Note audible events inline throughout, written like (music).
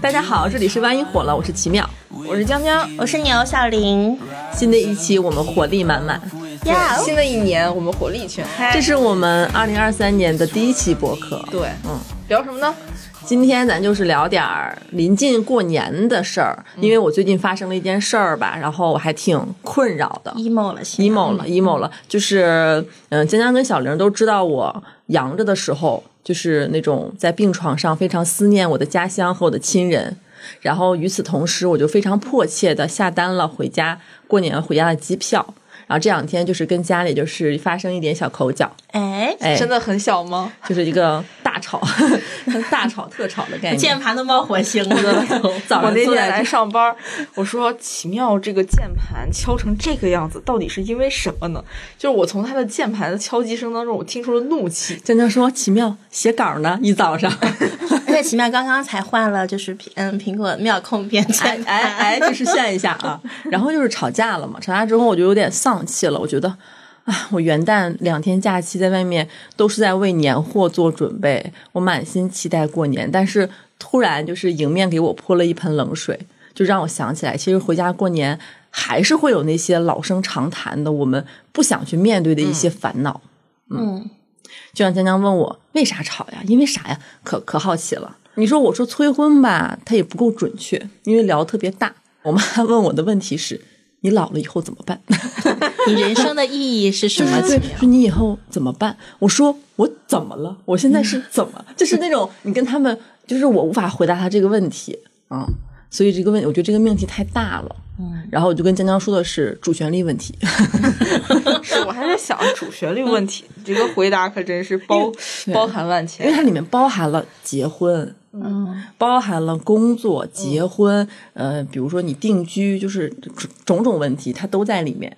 大家好，这里是万一火了，我是奇妙。我是江江，我是牛小林，新的一期我们活力满满，呀新的一年我们火力全开。这是我们二零二三年的第一期播客。对，嗯，聊什么呢？今天咱就是聊点儿临近过年的事儿，因为我最近发生了一件事儿吧，然后我还挺困扰的。 ，emo 了先 emo 了，emo 了，就是嗯，江江跟小玲都知道我阳着的时候，就是那种在病床上非常思念我的家乡和我的亲人。然后与此同时，我就非常迫切的下单了回家过年回家的机票。然后这两天就是跟家里就是发生一点小口角，哎，哎，真的很小吗？就是一个大吵， (laughs) 大吵特吵的概键念。盘都冒火星了都。早我上那坐天在来上班，我说奇妙，这个键盘敲成这个样子，到底是因为什么呢？就是我从他的键盘的敲击声当中，我听出了 (laughs) 怒气。江江说：“奇妙，写稿呢，一早上。”而且奇妙刚刚才换了，就是苹嗯苹果妙控变哎 (laughs) 键哎盘，哎，就是炫一下啊。然后就是吵架了嘛，吵架之后我就有点丧气了，我觉得。啊，我元旦两天假期在外面都是在为年货做准备，我满心期待过年，但是突然就是迎面给我泼了一盆冷水，就让我想起来，其实回家过年还是会有那些老生常谈的，我们不想去面对的一些烦恼。嗯，就像江江问我为啥吵呀？因为啥呀？可可好奇了。你说我说催婚吧，他也不够准确，因为聊得特别大。我妈 (laughs) 问我的问题是：你老了以后怎么办？ (laughs) 你人生的意义是什么？对，说你以后怎么办？我说我怎么了？我现在是怎么？ (laughs) 就是那种你跟他们，就是我无法回答他这个问题啊、嗯所以这个问，我觉得这个命题太大了。嗯，然后我就跟江江说的是主旋律问题，是我还在想主旋律问 (laughs) 题，你这个回答可真是包包含万因为千。它里面包含了结婚，嗯，包含了工作、结婚，呃，比如说你定居，就是种种种问题，它都在里面。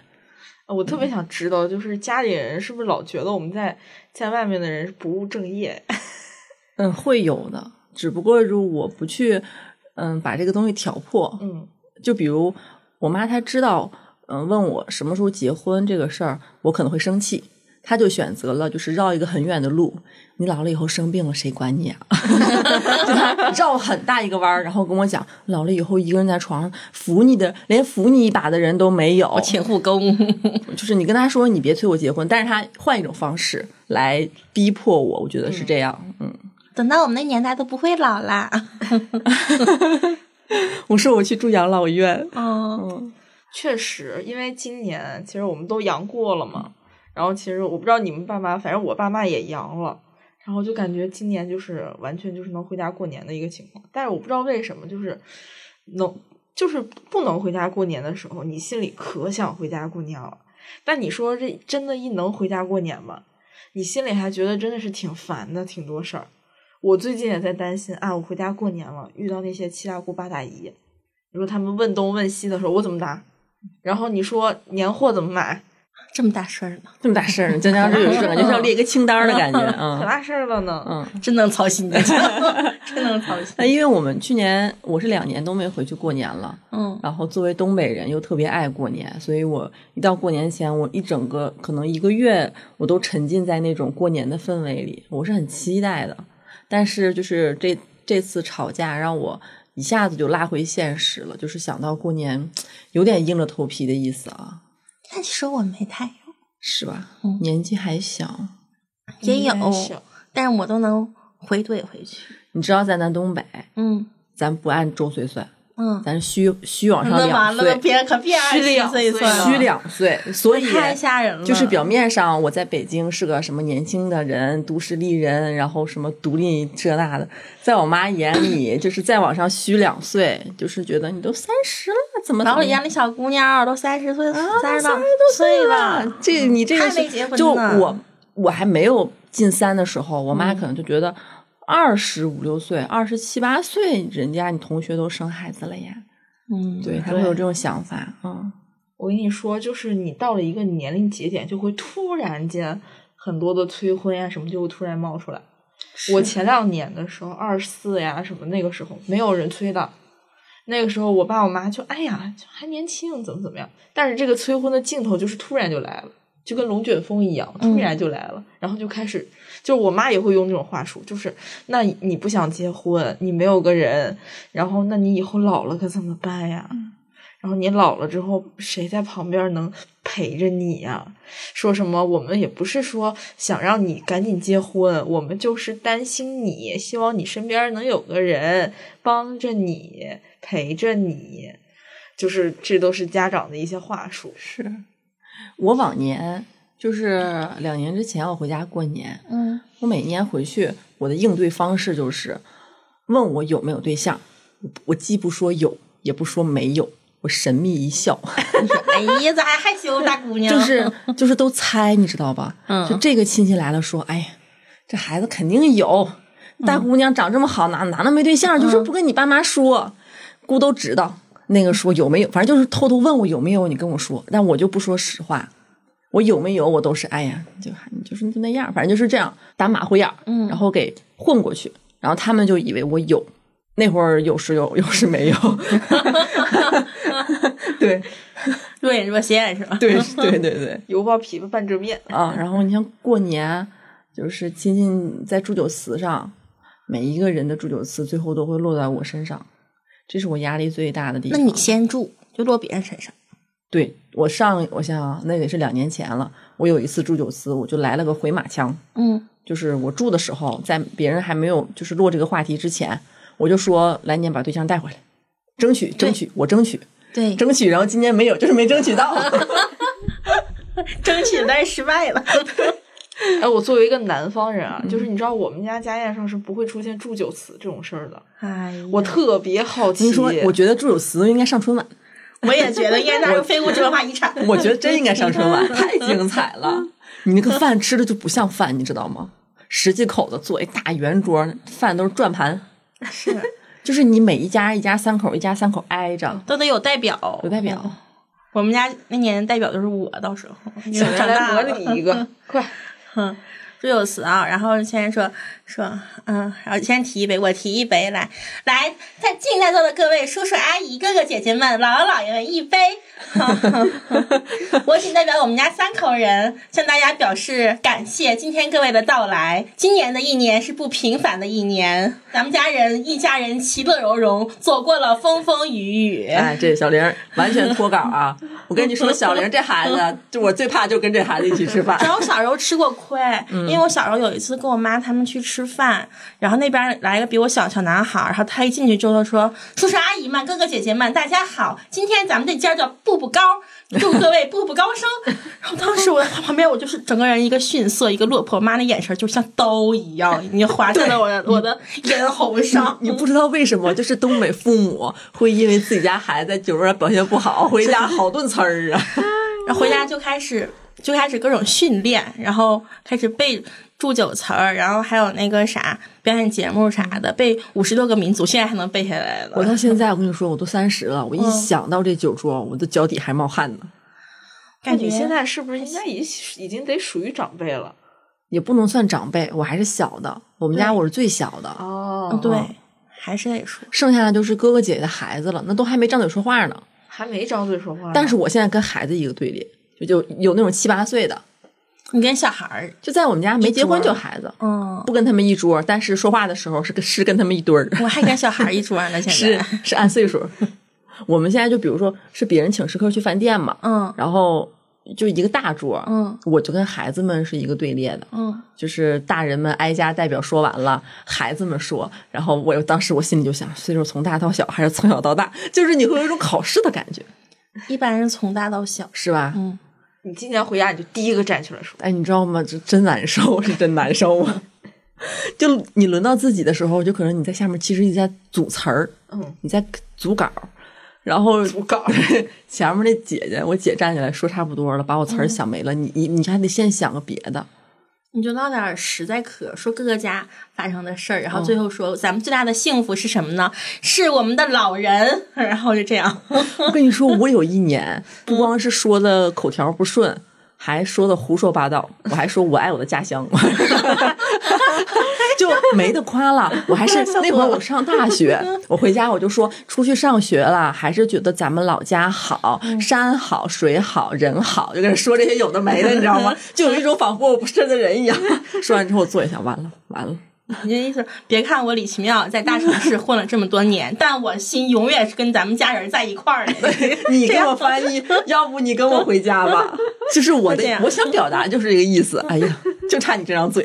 呃我特别想知道，就是家里人是不是老觉得我们在在外面的人是不务正业？嗯，会有的，只不过如果我不去，嗯，把这个东西挑破，嗯就比如我妈她知道，嗯，问我什么时候结婚这个事儿，我可能会生气。她就选择了就是绕一个很远的路，你老了以后生病了谁管你啊？ (laughs) 就她绕很大一个弯儿，然后跟我讲，老了以后一个人在床上扶你的，连扶你一把的人都没有。请护工，就是你跟他说你别催我结婚，但是他换一种方式来逼迫我，我觉得是这样。嗯，等到我们那年代都不会老啦。 (laughs) 我说我去住养老院，哦，嗯，确实，因为今年其实我们都阳过了嘛，然后其实我不知道你们爸妈，反正我爸妈也阳了，然后就感觉今年就是完全就是能回家过年的一个情况，但是我不知道为什么就是能就是不能回家过年的时候，你心里可想回家过年了，但你说这真的一能回家过年吗？你心里还觉得真的是挺烦的，挺多事儿。我最近也在担心啊，我回家过年了，遇到那些七大姑八大姨，你说他们问东问西的时候，我怎么答？然后你说年货怎么买？这么大事儿呢，这么大事儿，江江这有一种感觉是要列一个清单儿的 (laughs) 感觉，可嗯大事儿了呢。嗯。真能操心的，真能操那心。因为我们去年我是两年都没回去过年了，嗯，然后作为东北人又特别爱过年，所以我一到过年前，我一整个可能一个月我都沉浸在那种过年的氛围里，我是很期待的。但是就是这这次吵架让我一下子就拉回现实了，就是想到过年有点硬着头皮的意思啊，但其实我没太是吧？嗯年纪还小，也有应该是，但是我都能回怼回去。你知道在咱东北，嗯咱不按周岁算，嗯，咱虚虚往上那两完了，岁，别可别二虚十两岁岁算了，虚两岁，所以太吓人了。就是表面上我在北京是个什么年轻的人、都市丽人，然后什么独立这那的，在我妈眼里就是再往上虚两岁，就是觉得你都三十了，怎么老怎李么家那小姑娘都三十啊岁，三十多都岁了，这你这个还没是结婚呢嗯就我我还没有进三的时候，我妈可能就觉得二十五六岁、二十七八岁，人家你同学都生孩子了呀，嗯，对，她会有这种想法，嗯，我跟你说，就是你到了一个年龄节点，就会突然间很多的催婚呀、什么就会突然冒出来。我前两年的时候，二十四呀什么那个时候，没有人催的。那个时候，我爸我妈就哎呀，就还年轻，怎么怎么样。但是这个催婚的劲头就是突然就来了，就跟龙卷风一样，突然就来了，然后就开始，就是我妈也会用这种话术，就是那你不想结婚，你没有个人，然后那你以后老了可怎么办呀？然后你老了之后，谁在旁边能陪着你呀、说什么我们也不是说想让你赶紧结婚，我们就是担心你，希望你身边能有个人帮着你，陪着你，就是这都是家长的一些话术。是我往年就是两年之前我回家过年，嗯我每年回去我的应对方式就是问我有没有对象，我我既不说有，也不说没有，我神秘一笑， (laughs) (laughs) 哎呀，咋还害羞，大姑娘？啊就是就是都猜，你知道吧？嗯就这个亲戚来了，说，哎呀，这孩子肯定有，大嗯姑娘长这么好，哪哪能没对象？就是不跟你爸妈说，姑都知道。那个说有没有，反正就是偷偷问我有没有，你跟我说，但我就不说实话。我有没有，我都是哎呀，就还就是就那样，反正就是这样打马虎眼儿，嗯然后给混过去，然后他们就以为我有。那会儿有时有，有时没 (laughs) 有， (laughs) 对若隐若现是吧？对对对对，犹抱琵琶半遮面， (laughs) 啊，然后你像过年，就是亲戚在祝酒词上，每一个人的祝酒词最后都会落在我身上，这是我压力最大的地那方。你先住，就落别人身上。对我上，我想想那也是两年前了，我有一次祝酒词，我就来了个回马枪，嗯就是我祝的时候，在别人还没有就是落这个话题之前，我就说来年把对象带回来，争取争取，我争取，对，争取，然后今年没有，就是没争取 (laughs) 到。争取但是失败了。哎，我作为一个南方人嗯啊，就是你知道我们家家宴上是不会出现祝酒词这种事儿的，哎呀，我特别好奇。你说，我觉得祝酒词应该上春晚。我也觉得应该纳入非物质文化遗产。 (laughs) 我觉得真应该上春晚， (laughs) 太精彩了！你那个饭吃的就不像饭，你知道吗？十几口子坐一大圆桌，饭都是转盘， (laughs) 是就是你每一家一家三口，一家三口挨着，都得有代表有，代表。我们家那年代表就是我，到时候小长人大来模了拟 (laughs) 一个，快！祝有词啊，然后先说说，嗯，然后先提一杯，我提一杯来，来，在进在座的各位叔叔阿姨、哥哥姐姐们、姥姥姥爷们一杯，我谨代表我们家三口人向大家表示感谢今天各位的到来。今年的一年是不平凡的一年，咱们家人一家人其乐融融，走过了风风雨雨。哎，这小玲儿完全脱稿 (laughs) 啊！我跟你说，小玲儿这孩子，就我最怕就跟这孩子一起吃饭然。 (laughs) 后我小时候吃过亏，因为我小时候有一次跟我妈他们去吃饭，然后那边来一个比我小小男孩儿，然后他一进去之后他说：“叔叔阿姨们、哥哥姐姐们，大家好，今天咱们这家叫步步高，祝各位步步高升。” (laughs) 然后当时我在他旁边，我就是整个人一个逊色，一个落魄，我妈那眼神就像刀一样，已经划在了我的我的咽喉上。你不知道为什么，就是东北父母会因为自己家孩子在酒桌上表现不 (laughs) 好，回家好顿呲儿啊！然后回家就开始就开始各种训练，然后开始背祝酒词儿，然后还有那个啥表演节目啥的，背五十六个民族，现在还能背下来我了。到现在，我跟你说，我都三十了，我一想到这酒桌，我的脚底还冒汗呢。那感觉你现在是不是应该已已经得属于长辈了？也不能算长辈，我还是小的。我们家我是最小的，哦嗯对，还是得说剩下的就是哥哥姐姐的孩子了，那都还没张嘴说话呢。还没张嘴说话呢。但是我现在跟孩子一个队列，就就有那种七八岁的，你跟小孩儿，就在我们家没结婚就孩子，嗯，不跟他们一桌，但是说话的时候是跟是跟他们一堆儿， (laughs) 我还跟小孩儿一桌呢，(laughs) 现是在。是按岁数。我们现在就比如说是别人请食客去饭店嘛，嗯然后就一个大桌，嗯我就跟孩子们是一个队列的，嗯，就是大人们挨家代表说完了，孩子们说，然后我当时我心里就想，岁数从大到小还是从小到大， (laughs) 就是你会有一种考试的感觉，一般人从大到小，是吧？嗯，你今年回家，你就第一个站起来说。哎，你知道吗？这真难受，是真难受啊！ (laughs) 就你轮到自己的时候，就可能你在下面其实你在组词儿，嗯，你在组稿，然后不搞。 (laughs) 前面那姐姐，我姐站起来说差不多了，把我词儿想没了，你你你还得先想个别的，你就唠点儿实在嗑，说各个家发生的事儿，然后最后说咱们最大的幸福是什么呢？是我们的老人，然后就这样。 (laughs) 我跟你说，我有一年不光是说的口条不顺，还说的胡说八道，我还说我爱我的家乡， (laughs) 就没得夸了。我还是那会儿我上大学，我回家我就说出去上学了，还是觉得咱们老家好，山好水好人好，就跟人说这些有的没的，你知 (laughs) 道吗？就有一种仿佛我不是的人一样。说完之后坐一下，完了完了。你这意思，别看我李奇妙在大城市混了这么多年，但我心永远是跟咱们家人在一块儿的。 (laughs) (laughs) 你这跟样我翻译，要不你跟我回家 (laughs) 吧。就是我的就这，样我想表达就是这个意思。哎呀，就差你这张嘴。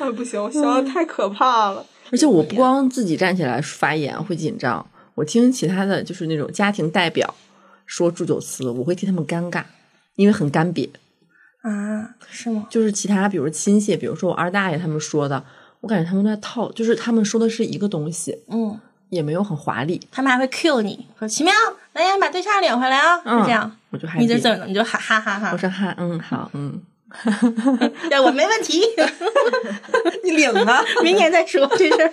哎，不行，我想的太可怕了。 (laughs) 而且我不光自己站起来发言会紧张，我听其他的就是那种家庭代表说祝酒词，我会替他们尴尬，因为很干瘪。啊，是吗？就是其他比如亲戚，比如说我二大爷他们说的，我感觉他们都在套，就是他们说的是一个东西，嗯，也没有很华丽。他们还会 cue 你说奇妙，来呀，把对象领回来啊，嗯就这样。我就还你就怎么你就哈哈哈我哈，说哈嗯好嗯，对我没问题， (laughs) 你领 (laughs) 啊。明年再说这事儿。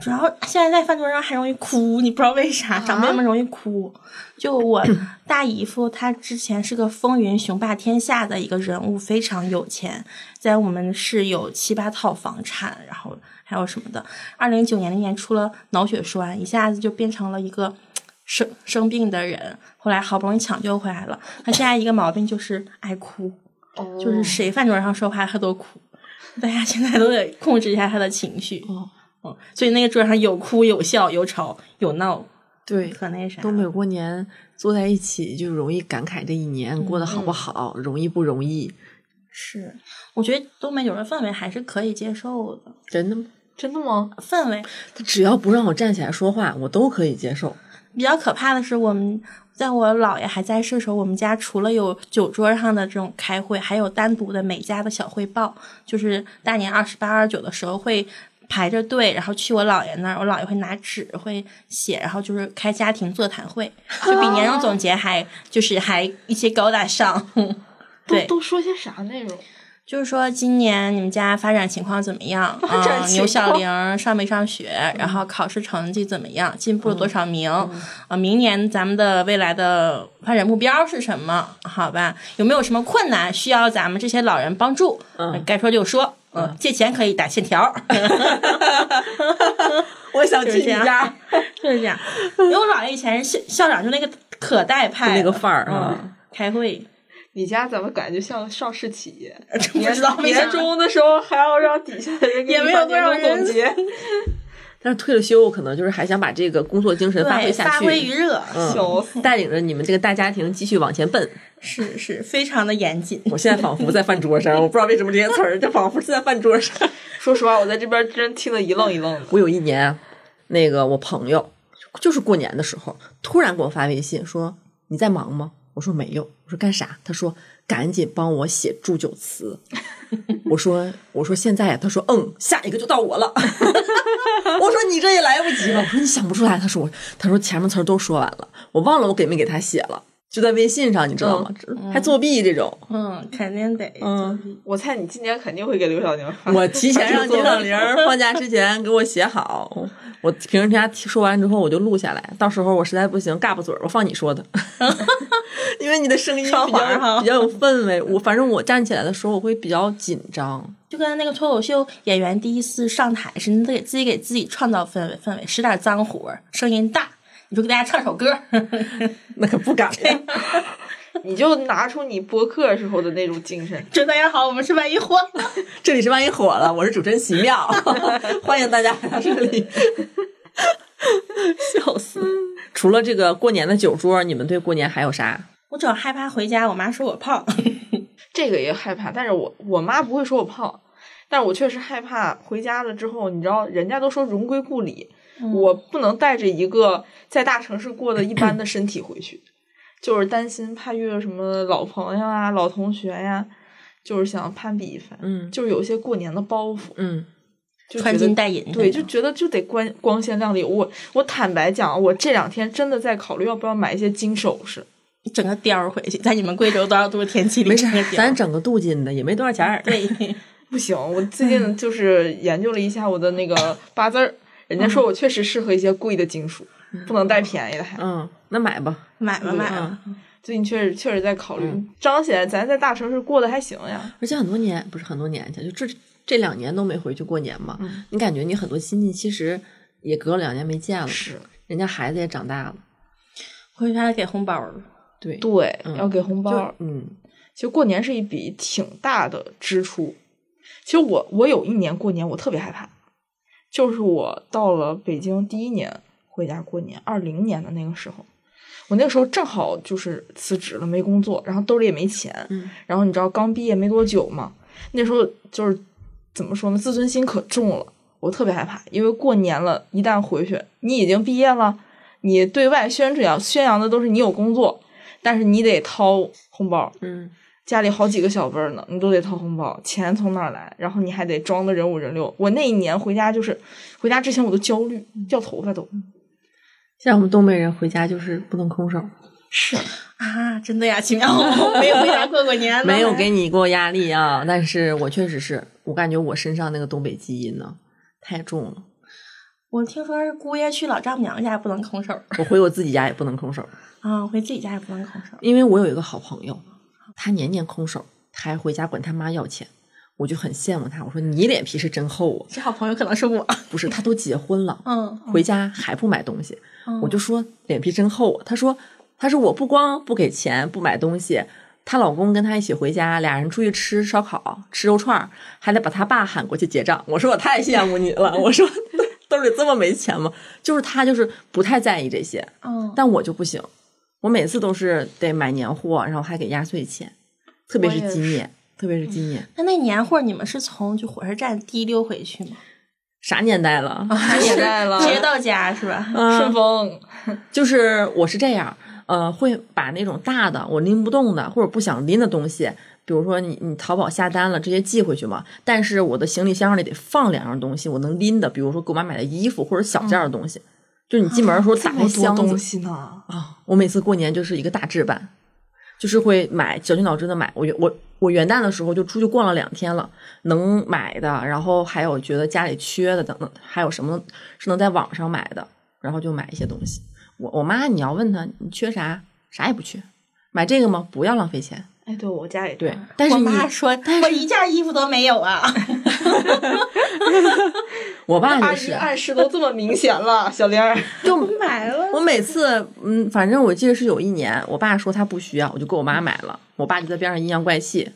主要现在在饭桌上还容易哭，你不知道为啥，长辈们容易哭。就 (clears throat) 我大姨夫，他之前是个风云雄霸天下的一个人物，非常有钱，在我们市有七八套房产，然后还有什么的。二零一九年那年出了脑血栓，一下子就变成了一个生生病的人，后来好不容易抢救回来了。他现在一个毛病就是爱哭。哦嗯就是谁饭桌上说话他都哭，大家现在都得控制一下他的情绪。哦嗯，所以那个桌上有哭有笑有吵有闹，对，可那啥。东北过年坐在一起就容易感慨这一嗯年过得好不好，容易不容易，是，我觉得东北有人氛围还是可以接受的真的吗？真的吗？氛围。他只要不让我站起来说话，我都可以接 (laughs) 受。比较可怕的是，我们在我姥爷还在世的时候，我们家除了有酒桌上的这种开会，还有单独的每家的小汇报，就是大年二十八、二十九的时候会。排着队，然后去我姥爷那儿，我姥爷会拿纸会写，然后就是开家庭座谈会，就比年终总结还就是还一些高大上。 (laughs) 都对都说些啥内容？就是说今年你们家发展情况怎么样？发展嗯情牛小况玲上没上学？然后考试成绩怎么样？进步了多少名？啊、明年咱们的未来的发展目标是什么？好吧，有没有什么困难需要咱们这些老人帮助？嗯该说就说。嗯，借钱可以打欠条。我想去你家，就是这样。因为我姥爷以前是校校长，就那个可带派那个了范儿啊嗯，开会。你家怎么感觉像上市企业？ (laughs) 不知道为啥年终的时候还要让底下的人给也你没发有多少年终总人结，但是退了休，我可能就是还想把这个工作精神发挥对，下发挥去，嗯余热，笑死！带领着你们这个大家庭继续往前奔。是是非常的严谨。我现在仿佛在饭桌上，我不知道为什么这些词儿，这仿佛是在饭桌上。 (laughs) 说实话，我在这边真听得一愣一愣的。我有一年啊，那个我朋友就是过年的时候，突然给我发微信说你在忙吗？我说没有，我说干啥？他说赶紧帮我写祝酒词。我说我说现在呀，他说嗯，下一个就到我了。 (laughs) 我说你这也来不及了。我说你想不出来。他说我，他说前面词儿都说完了，我忘了我给没给他写了，就在微信上，你知道吗？这还作弊这种，嗯，肯定得。嗯。我猜你今年肯定会给刘晓宁 (laughs) 发。我提前让发这金个小作玲文儿放假之前给我写好，我平时听他说完之后我就录下来，到时候我实在不行嘎巴嘴儿，我放你 (laughs) 说的，因为你的声音比较双簧儿哈比较有氛围。我反正我站起来的时候我会比较紧张，就跟那个脱口秀演员第一次上台似的，你得给自己给自己创造氛围，氛围使点脏活儿，声音大，你就给大家唱首歌儿， (laughs) 那可不敢呀。你就拿出你播客时候的那种精神。祝大家好，我们是万一货。 (laughs) 这里是万一火了，我是主持人奇 (laughs) 妙，欢迎大家来到这里。 (laughs) 笑死！除了这个过年的酒桌，你们对过年还有啥？ (laughs) 我主要害怕回家，我妈说我胖，这个也害怕，但是我我妈不会说我胖，但是我确实害怕回家了之后，你知道，人家都说荣归故里，我不能带着一个在大城市过的一般的身体回去，就是担心怕遇到什么老朋友啊、老同学呀、就是想攀比一番，嗯就是有些过年的包袱，嗯，就穿觉得金戴银的对，那就种。觉得就得光光鲜亮丽。我我坦白讲，我这两天真的在考虑要不要买一些金首饰。整个貂儿回去，在你们贵州多少度的天气里，没事整个貂，儿咱整个镀金的也没多少钱儿。对，不行，我最近就是研究了一下我的那个八字儿，人家说我确实适合一些贵的金属，不能带便宜的还。嗯，那买吧。买吧买吧，最近确实确实在考虑，彰显咱在大城市过得还行呀。而且很多年不是很多年前，就这这两年都没回去过年嘛。嗯你感觉你很多亲戚其实也隔了两年没见了，是，人家孩子也长大了，回去还得给红包了。对，就对，嗯要给红包。嗯，其实过年是一笔挺大的支出。其实我我有一年过年我特别害怕，就是我到了北京第一年回家过年，二零年的那个时候，我那个时候正好就是辞职了，没工作，然后兜里也没钱，嗯然后你知道刚毕业没多久嘛，那时候就是怎么说呢，自尊心可重了，我特别害怕，因为过年了，一旦回去，你已经毕业了，你对外宣传宣扬的都是你有工作，但是你得掏红包，嗯，家里好几个小辈儿呢，你都得掏红包，钱从哪儿来？然后你还得装的人五人六。我那一年回家就是，回家之前我都焦虑，掉头发都。现在我们东北人回家就是不能空手， (laughs) 是，啊，真的呀，奇妙， (laughs) 我没有回家过过年没有呢给你过压力啊，但是我确实是我感觉我身上那个东北基因呢太重了，我听说是姑爷去老丈母娘家也不能空手我回我自己家也不能空手，啊，回自己家也不能空手。因为我有一个好朋友，他年年空手，他还回家管他妈要钱，我就很羡慕他，我说你脸皮是真厚啊，这好朋友可能是我，不是他都结婚了，嗯，回家还不买东西，嗯我就说脸皮真厚啊。她说，她说我不光不给钱，不买东西，她老公跟她一起回家，俩人出去吃烧烤、吃肉串儿，还得把她爸喊过去结账。我说我太羡慕你了，我说兜里这么没钱吗？就是她就是不太在意这些，嗯，但我就不行，我每次都是得买年货，然后还给压岁钱，特别是我也今是嗯年，特别是今年，那那年货你们是从就火车站滴溜回去吗？啥年代了？啥年代了呃直接到家是吧？嗯顺丰就是我是这样，呃，会把那种大的我拎不动的或者不想拎的东西，比如说你你淘宝下单了，直接寄回去嘛。但是我的行李箱里得放两样东西，我能拎的，比如说给我妈买的衣服或者小件儿的东西。就是你进门的时候打嗯啊这开么多箱东子西呢，啊，我每次过年就是一个大置办，就是会买绞尽脑汁的买。我元我我元旦的时候就出去逛了两天了，能买的，然后还有觉得家里缺的等等，还有什么是能在网上买的，然后就买一些东西。我我妈你要问她你缺啥，啥也不缺，买这个吗？不要浪费钱。哎，对我家也这对样， (laughs) 但是我你妈说但我是一件衣服都没有啊，我爸阿就姨是暗示都这么明显了，小玲儿，就我买了。我每次，嗯，反正我记得是有一年，我爸说他不需要，我就给我妈买了。我爸就在边上阴阳怪气。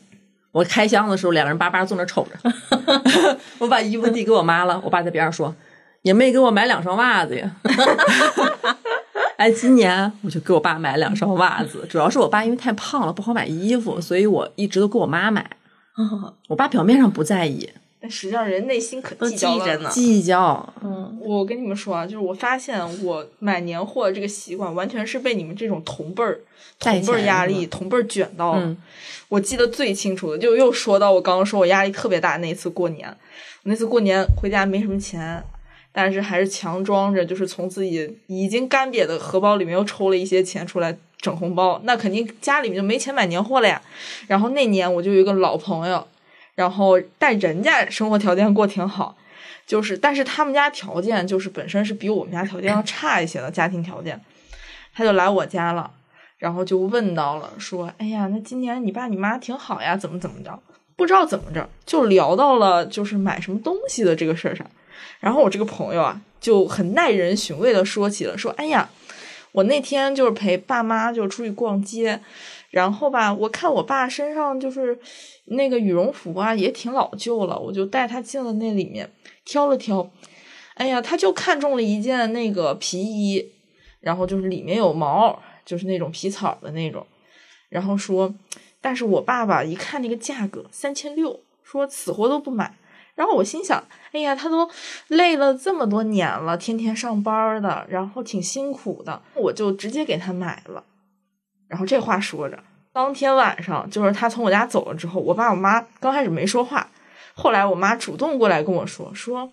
我开箱的时候，两个人巴巴坐那瞅着。我把衣服递给我妈了，我爸在边上说：“也没给我买两双袜子呀。” (laughs) 哎，今年我就给我爸买两双袜子，主要是我爸因为太胖了不好买衣服，所以我一直都给我妈买。嗯我爸表面上不在意，但实际上人内心可都计较记着了呢计较。嗯，我跟你们说啊，就是我发现我买年货的这个习惯，完全是被你们这种同辈儿、带同辈儿起来压是吗力、同辈儿卷到了。嗯我记得最清楚的，就又说到我刚刚说我压力特别大那一次过年，我那次过年回家没什么钱，但是还是强装着，就是从自己已经干瘪的荷包里面又抽了一些钱出来整红包，那肯定家里面就没钱买年货了呀。然后那年我就有一个老朋友，然后但人家生活条件过挺好，就是但是他们家条件就是本身是比我们家条件要差一些的家庭条件，他就来我家了，然后就问到了说，哎呀，那今年你爸你妈挺好呀，怎么怎么着？不知道怎么着就聊到了就是买什么东西的这个事儿上，然后我这个朋友啊就很耐人寻味的说起了，说哎呀，我那天就是陪爸妈就出去逛街，然后吧，我看我爸身上就是那个羽绒服啊，也挺老旧了，我就带他进了那里面挑了挑，哎呀，他就看中了一件那个皮衣，然后就是里面有毛，就是那种皮草的那种，然后说，但是我爸爸一看那个价格三千六，说死活都不买。然后我心想，哎呀，他都累了这么多年了，天天上班的，然后挺辛苦的，我就直接给他买了。然后这话说着，当天晚上就是他从我家走了之后，我爸我妈刚开始没说话，后来我妈主动过来跟我说说，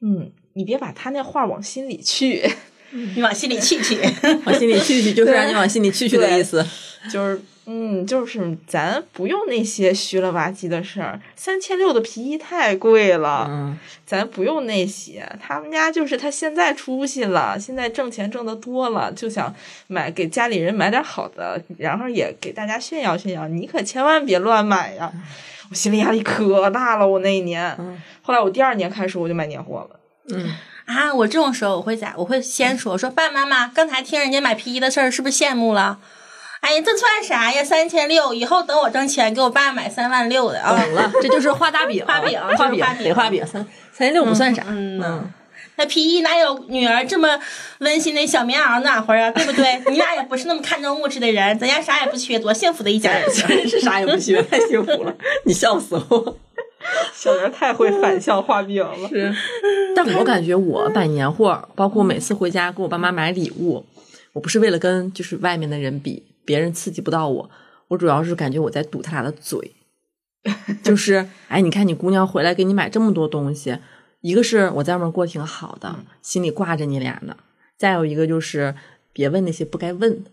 嗯，你别把他那话往心里去。你往心里去去。往心里去去，就是让你往心里去去的意思。就是嗯，就是咱不用那些虚了吧唧的事儿，三千六的皮衣太贵了，嗯，咱不用那些。他们家就是他现在出息了，现在挣钱挣得多了，就想买给家里人买点好的，然后也给大家炫耀炫耀。你可千万别乱买呀！我心理压力可大了，我那一年。嗯后来我第二年开始我就买年货了。 (laughs) 啊，我这种时候我会咋？我会先说，我说爸妈妈，刚才听人家买皮衣的事儿，是不是羡慕了？哎呀，这算啥呀？三千六，以后等我挣钱，给我爸买三万六的啊。懂了，这就是画大饼，画饼画就是饼啊画，饼得画饼，三三千六不算啥，嗯，那皮衣哪有女儿这么温馨的小棉袄暖和啊？对不对？你俩也不是那么看重物质的人，咱家啥也不缺，多幸福的一家人。真是啥也不 (laughs) 学，太幸福了，你笑死我。小人太 (laughs) 会反向画饼了。是，但我感觉我买年货，包括每次回家给我爸妈买礼物，我不是为了跟就是外面的人比，别人刺激不到我，我主要是感觉我在堵他俩的 (laughs) 嘴，就是哎，你看你姑娘回来给你买这么多东西，一个是我在外面过挺好的，心里挂着你俩呢，再有一个就是别问那些不该问的，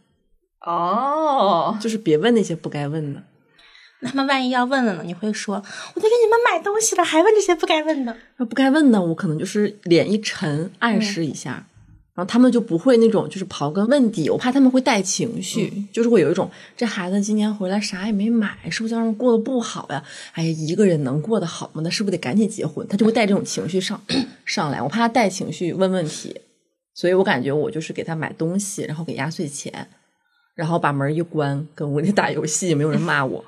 哦，就是别问那些不该问的。那么万一要问了呢？你会说，我都给你们买东西了，还问这些不该问的？那不该问呢，我可能就是脸一沉，暗嗯示一下，然后他们就不会那种就是刨根问底，我怕他们会带情绪，嗯就是会有一种这孩子今年回来啥也没买，是不是在外面过得不好呀？哎呀，一个人能过得好吗？那是不是得赶紧结婚？他就会带这种情绪上 (clears throat) 上来，我怕他带情绪问问题，所以我感觉我就是给他买东西，然后给压岁钱，然后把门一关，跟屋里打游戏，也没有人骂我。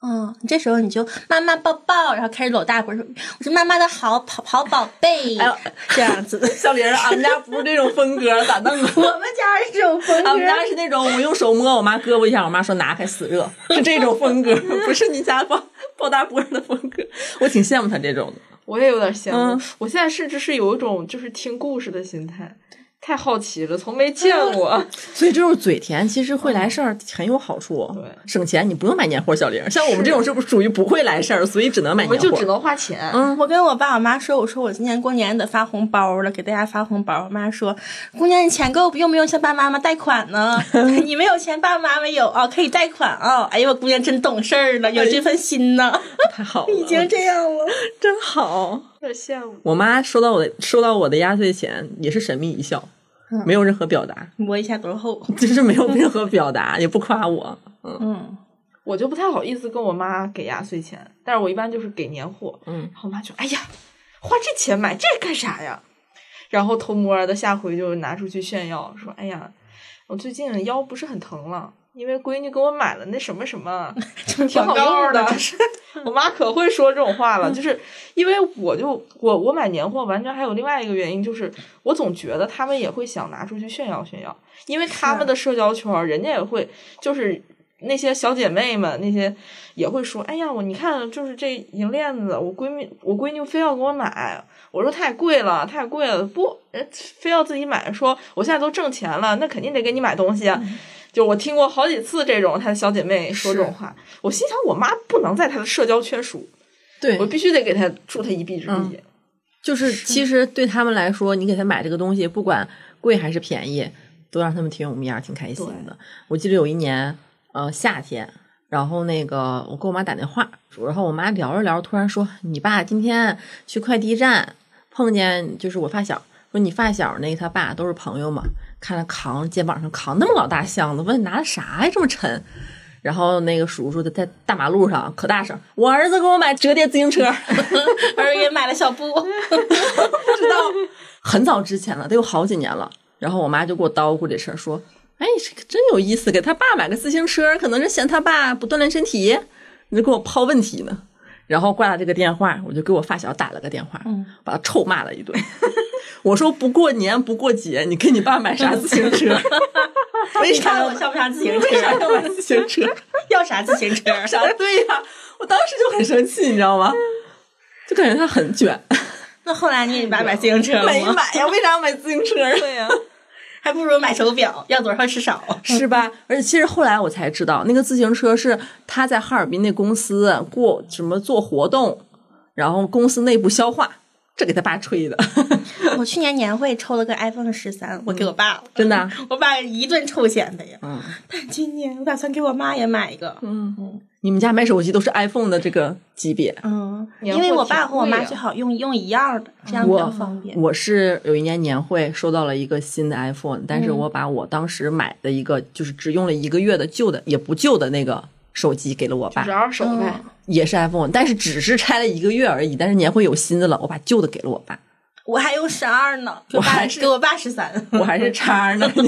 嗯，你这时候你就妈妈抱抱，然后开始搂大腿，说：“我是妈妈的好宝好宝贝。哎呦这 (laughs) 样子，小玲儿，俺们家不是这种风格，咋弄啊？我们家是这种 (laughs) 风俺们格。家是那种啊我用手摸我妈胳膊一下，我妈说拿开死热，是这种风格，不是你家抱抱大波的风格。我挺羡慕她这种的。我也有点羡慕。嗯我现在甚至是有一种就是听故事的心态，太好奇了，从没见过。所以这种嘴甜其实会来事儿很有好处，哦对省钱你不用买年货小玲儿，像我们这种是不是属于不会来事儿，所以只能买我年们货。就只能花钱。嗯我跟我爸我妈说，我说我今年过年得发红包了，给大家发红包。我妈说，姑娘你钱够不用不用向爸妈妈贷款呢？你没有钱，爸妈没有啊、可以贷款啊、哎呦，我姑娘真懂事儿了，有这份心呢，太好 (laughs) 了，已经这样了。真好。有点羡慕。我妈收到我的收到我的压岁钱也是神秘一笑，嗯没有任何表达， (laughs) 摸一下多厚？就是没有任何表达，也不夸我。嗯，我就不太好意思跟我妈给压岁钱，但是我一般就是给年货。嗯，然后我妈就哎呀，花这钱买这干啥呀？然后偷摸的下回就拿出去炫耀，说哎呀，我最近腰不是很疼了，因为闺女给我买了那什么什么。挺好用的。 (laughs) 我妈可会说这种话了，就是因为我就我我买年货，完全还有另外一个原因，就是我总觉得他们也会想拿出去炫耀炫耀，因为他们的社交圈儿，人家也会就是。那些小姐妹们，那些也会说：“哎呀，我你看，就是这银链子，我闺蜜，我闺女非要给我买，我说太贵了，太贵了，不，人非要自己买，说我现在都挣钱了，那肯定得给你买东西啊。嗯就我听过好几次这种她的小姐妹说这种话，我心想我妈不能在她的社交圈数，对嗯我必须得给她助她一臂之力。就是其实对他们来说，你给他买这个东西，不管贵还是便宜，都让他们挺有面儿，挺开心的。我记得有一年，呃，夏天，然后那个我跟我妈打电话，然后我妈聊着聊着，突然说：“你爸今天去快递站碰见，就是我发小，说你发小那个他爸都是朋友嘛，看他扛肩膀上扛那么老大箱子，问拿的啥呀这么沉。”然后那个叔叔在在大马路上可大声，我儿子给我买折叠自行车。 (laughs) 而也买了小布。不知道，很早之前了，得有好几年了。然后我妈就给我叨咕这事儿，说：“哎，这个真有意思，给他爸买个自行车，可能是嫌他爸不锻炼身体，你就给我抛问题呢。”然后挂了这个电话，我就给我发小打了个电话，把他臭骂了一顿。 (laughs) 我说不过年不过节，你给你爸买啥自行车？ (laughs) 为你啥看要我像不像自行车？为啥要买自行车？ (laughs) 要啥自 (laughs) 行车？啥对呀、我当时就很生气，你知道吗？就感觉他很卷， (laughs) 那后来你给你爸买自行车了没吗？买呀？为啥要买自行车啊？对 (laughs) 呀、还不如买手表，要多少吃少。是吧？而且其实后来我才知道，那个自行车是他在哈尔滨那公司过什么做活动，然后公司内部消化，这给他爸吹的。 (laughs) 我去年年会抽了个 iPhone 十三，我给我爸了，真的啊我爸一顿臭显摆呀。嗯但今年我打算给我妈也买一个，嗯，你们家买手机都是 iPhone 的这个级别。嗯，年因为货我挺爸和我贵妈呀最好用用一样的，这样比较我方便。我是有一年年会收到了一个新的 iPhone，但是我把我当时买的一个就是只用了一个月的旧的也不旧的那个手机给了我爸只，二手嗯呗。也是 iPhone，但是只是拆了一个月而已。但是年会有新的了，我把旧的给了我爸，我还用十二 (laughs) 呢，给我我爸还是给我爸十三。 (laughs) 我还是叉呢，你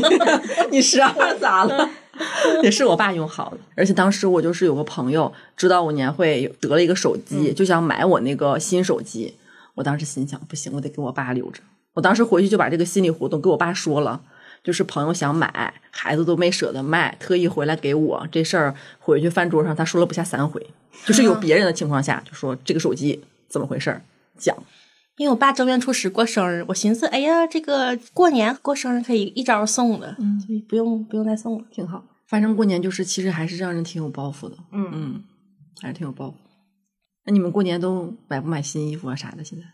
你十二咋了？ (laughs) 也是我爸用好的，而且当时我就是有个朋友知道我年会有得了一个手机，就想买我那个新手机。我当时心想，不行，我得给我爸留着。我当时回去就把这个心理活动给我爸说了，就是朋友想买，孩子都没舍得卖，特意回来给我这事儿，回去饭桌上他说了不下三回，就是有别人的情况下就说这个手机怎么回事儿，讲因为我爸正月初十过生日，我寻思，哎呀，这个过年过生日可以一招送的，嗯，就不用不用再送了。挺好。反正过年就是其实还是让人挺有包袱的。嗯，嗯，还是挺有包袱。那你们过年都买不买新衣服啊啥的？现在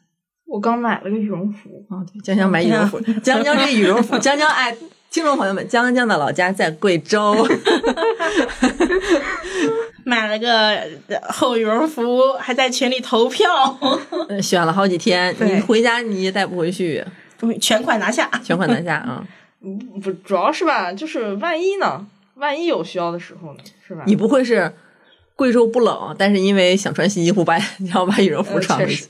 我刚买了个羽绒服，哦，对，江江买羽绒服， (laughs) 江江这羽绒服，江江哎，听众朋友们，江江的老家在贵 (laughs) 州，买了个呃厚羽绒服，还在群里投票， (laughs) 呃选了好几天，对你回家你也带不回去，终于全款拿下。全款拿下啊！嗯不主要是吧，就是万一呢，万一有需要的时候呢，是吧？你不会是贵州不冷，但是因为想穿新衣服把， (laughs) 然后把羽绒服呃穿确回去实，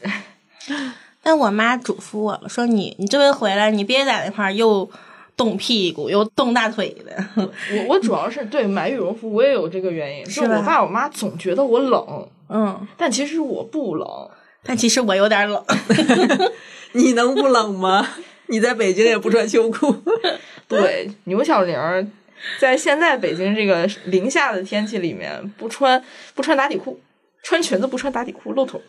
但我妈嘱咐我了，说你你这回回来，你别在那块儿又冻屁股又冻大腿的。我我主要是对买羽绒服，我也有这个原因，就是吧我爸我妈总觉得我冷，嗯，但其实我不冷，但其实我有点冷， (laughs) 你能不冷吗？你在北京也不穿秋裤， (laughs) 对，牛小玲儿在现在北京这个零下的天气里面，不穿不穿打底裤，穿裙子不穿打底裤，露腿。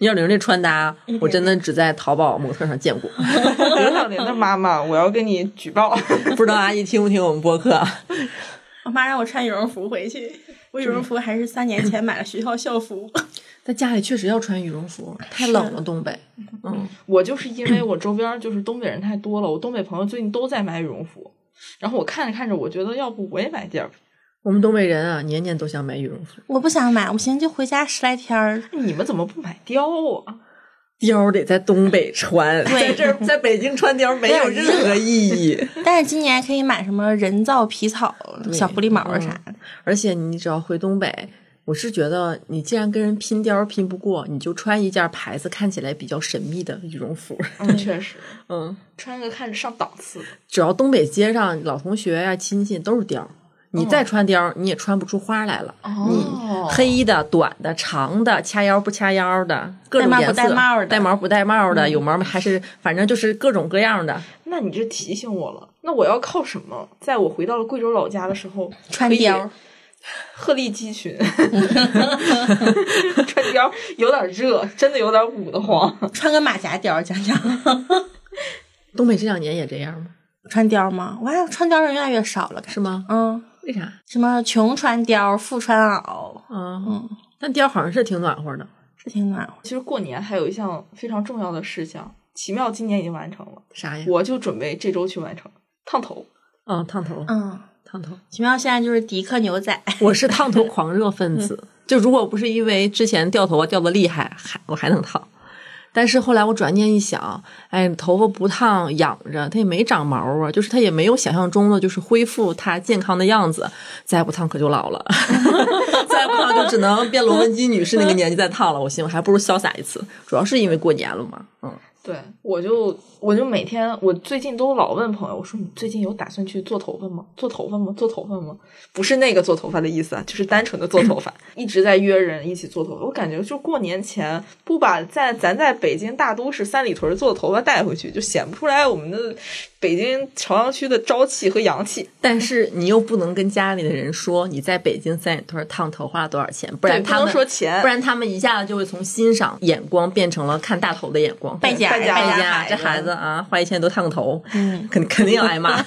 幺零这穿搭，我真的只在淘宝模特上 (laughs) 见过。 (laughs) 牛小玲的妈妈，我要跟你举报。 (laughs) 不知道阿姨听不听我们播客啊？我妈让我穿羽绒服回去，我羽绒服还是三年前买了学校校服。 (laughs) 在家里确实要穿羽绒服，太是冷了，东北。嗯，我就是因为我周边儿就是东北人太多了，我东北朋友最近都在买羽绒服，然后我看着看着，我觉得要不我也买件儿吧。我们东北人啊，年年都想买羽绒服，我不想买，我寻思就回家十来天儿，你们怎么不买貂啊？貂儿得在东北穿，在这儿在北京穿貂儿 (laughs) 没有任何意义。但是今年可以买什么人造皮草、小狐狸毛啊啥的。 (laughs) 而且你只要回东北，我是觉得你既然跟人拼貂儿拼不过，你就穿一件牌子看起来比较神秘的羽绒服。 (laughs) 嗯，确实，嗯，穿个看着上档次的。只要东北街上老同学呀、亲戚都是貂儿，你嗯再穿貂儿，你也穿不出花来了。哦黑的、短的、长的、掐腰不掐腰的，各种戴帽颜色，不戴帽的嗯戴毛不戴帽的，有毛没还是反正就是各种各样的。那你这提醒我了，那我要靠什么？在我回到了贵州老家的时候，穿可以貂儿鹤立鸡群， (laughs) 穿貂儿有点热，真的有点捂得慌。穿个马甲貂儿，讲讲 (laughs) 东北这两年也这样吗？穿貂儿吗？我还穿貂儿人越来越少了，感觉是吗？嗯，为啥？什么穷穿貂儿，富穿袄，啊、嗯，但貂好像是挺暖和的，是挺暖和。其实过年还有一项非常重要的事项，奇妙今年已经完成了，啥呀？我就准备这周去完成烫头。啊、烫头，嗯，烫头。奇妙现在就是迪克牛仔，我是烫头狂热分子， (laughs) 就如果不是因为之前掉头啊发掉的厉害，还我还能烫。但是后来我转念一想，哎，头发不烫养着，它也没长毛啊，就是它也没有想象中的，就是恢复它健康的样子。再不烫可就老了， (laughs) 再不烫就只能变罗文基女士那个年纪再烫了。我心我还不如潇洒一次，主要是因为过年了嘛，嗯，对，我就我就每天，我最近都老问朋友，我说你最近有打算去做头发吗？做头发吗？做头发吗？不是那个做头发的意思啊，就是单纯的做头发，一直在约人一起做头发。我感觉就过年前不把在咱在北京大都市三里屯做的头发带回去，就显不出来我们的北京朝阳区的朝气和阳气。但是你又不能跟家里的人说你在北京三里屯烫头花了多少钱，不然对不他们能说钱不然他们一下子就会从欣赏眼光变成了看大头的眼光。败家败家哎败呀，孩这子孩子啊，花一千多烫个头，嗯，肯肯定要挨 (laughs) 骂。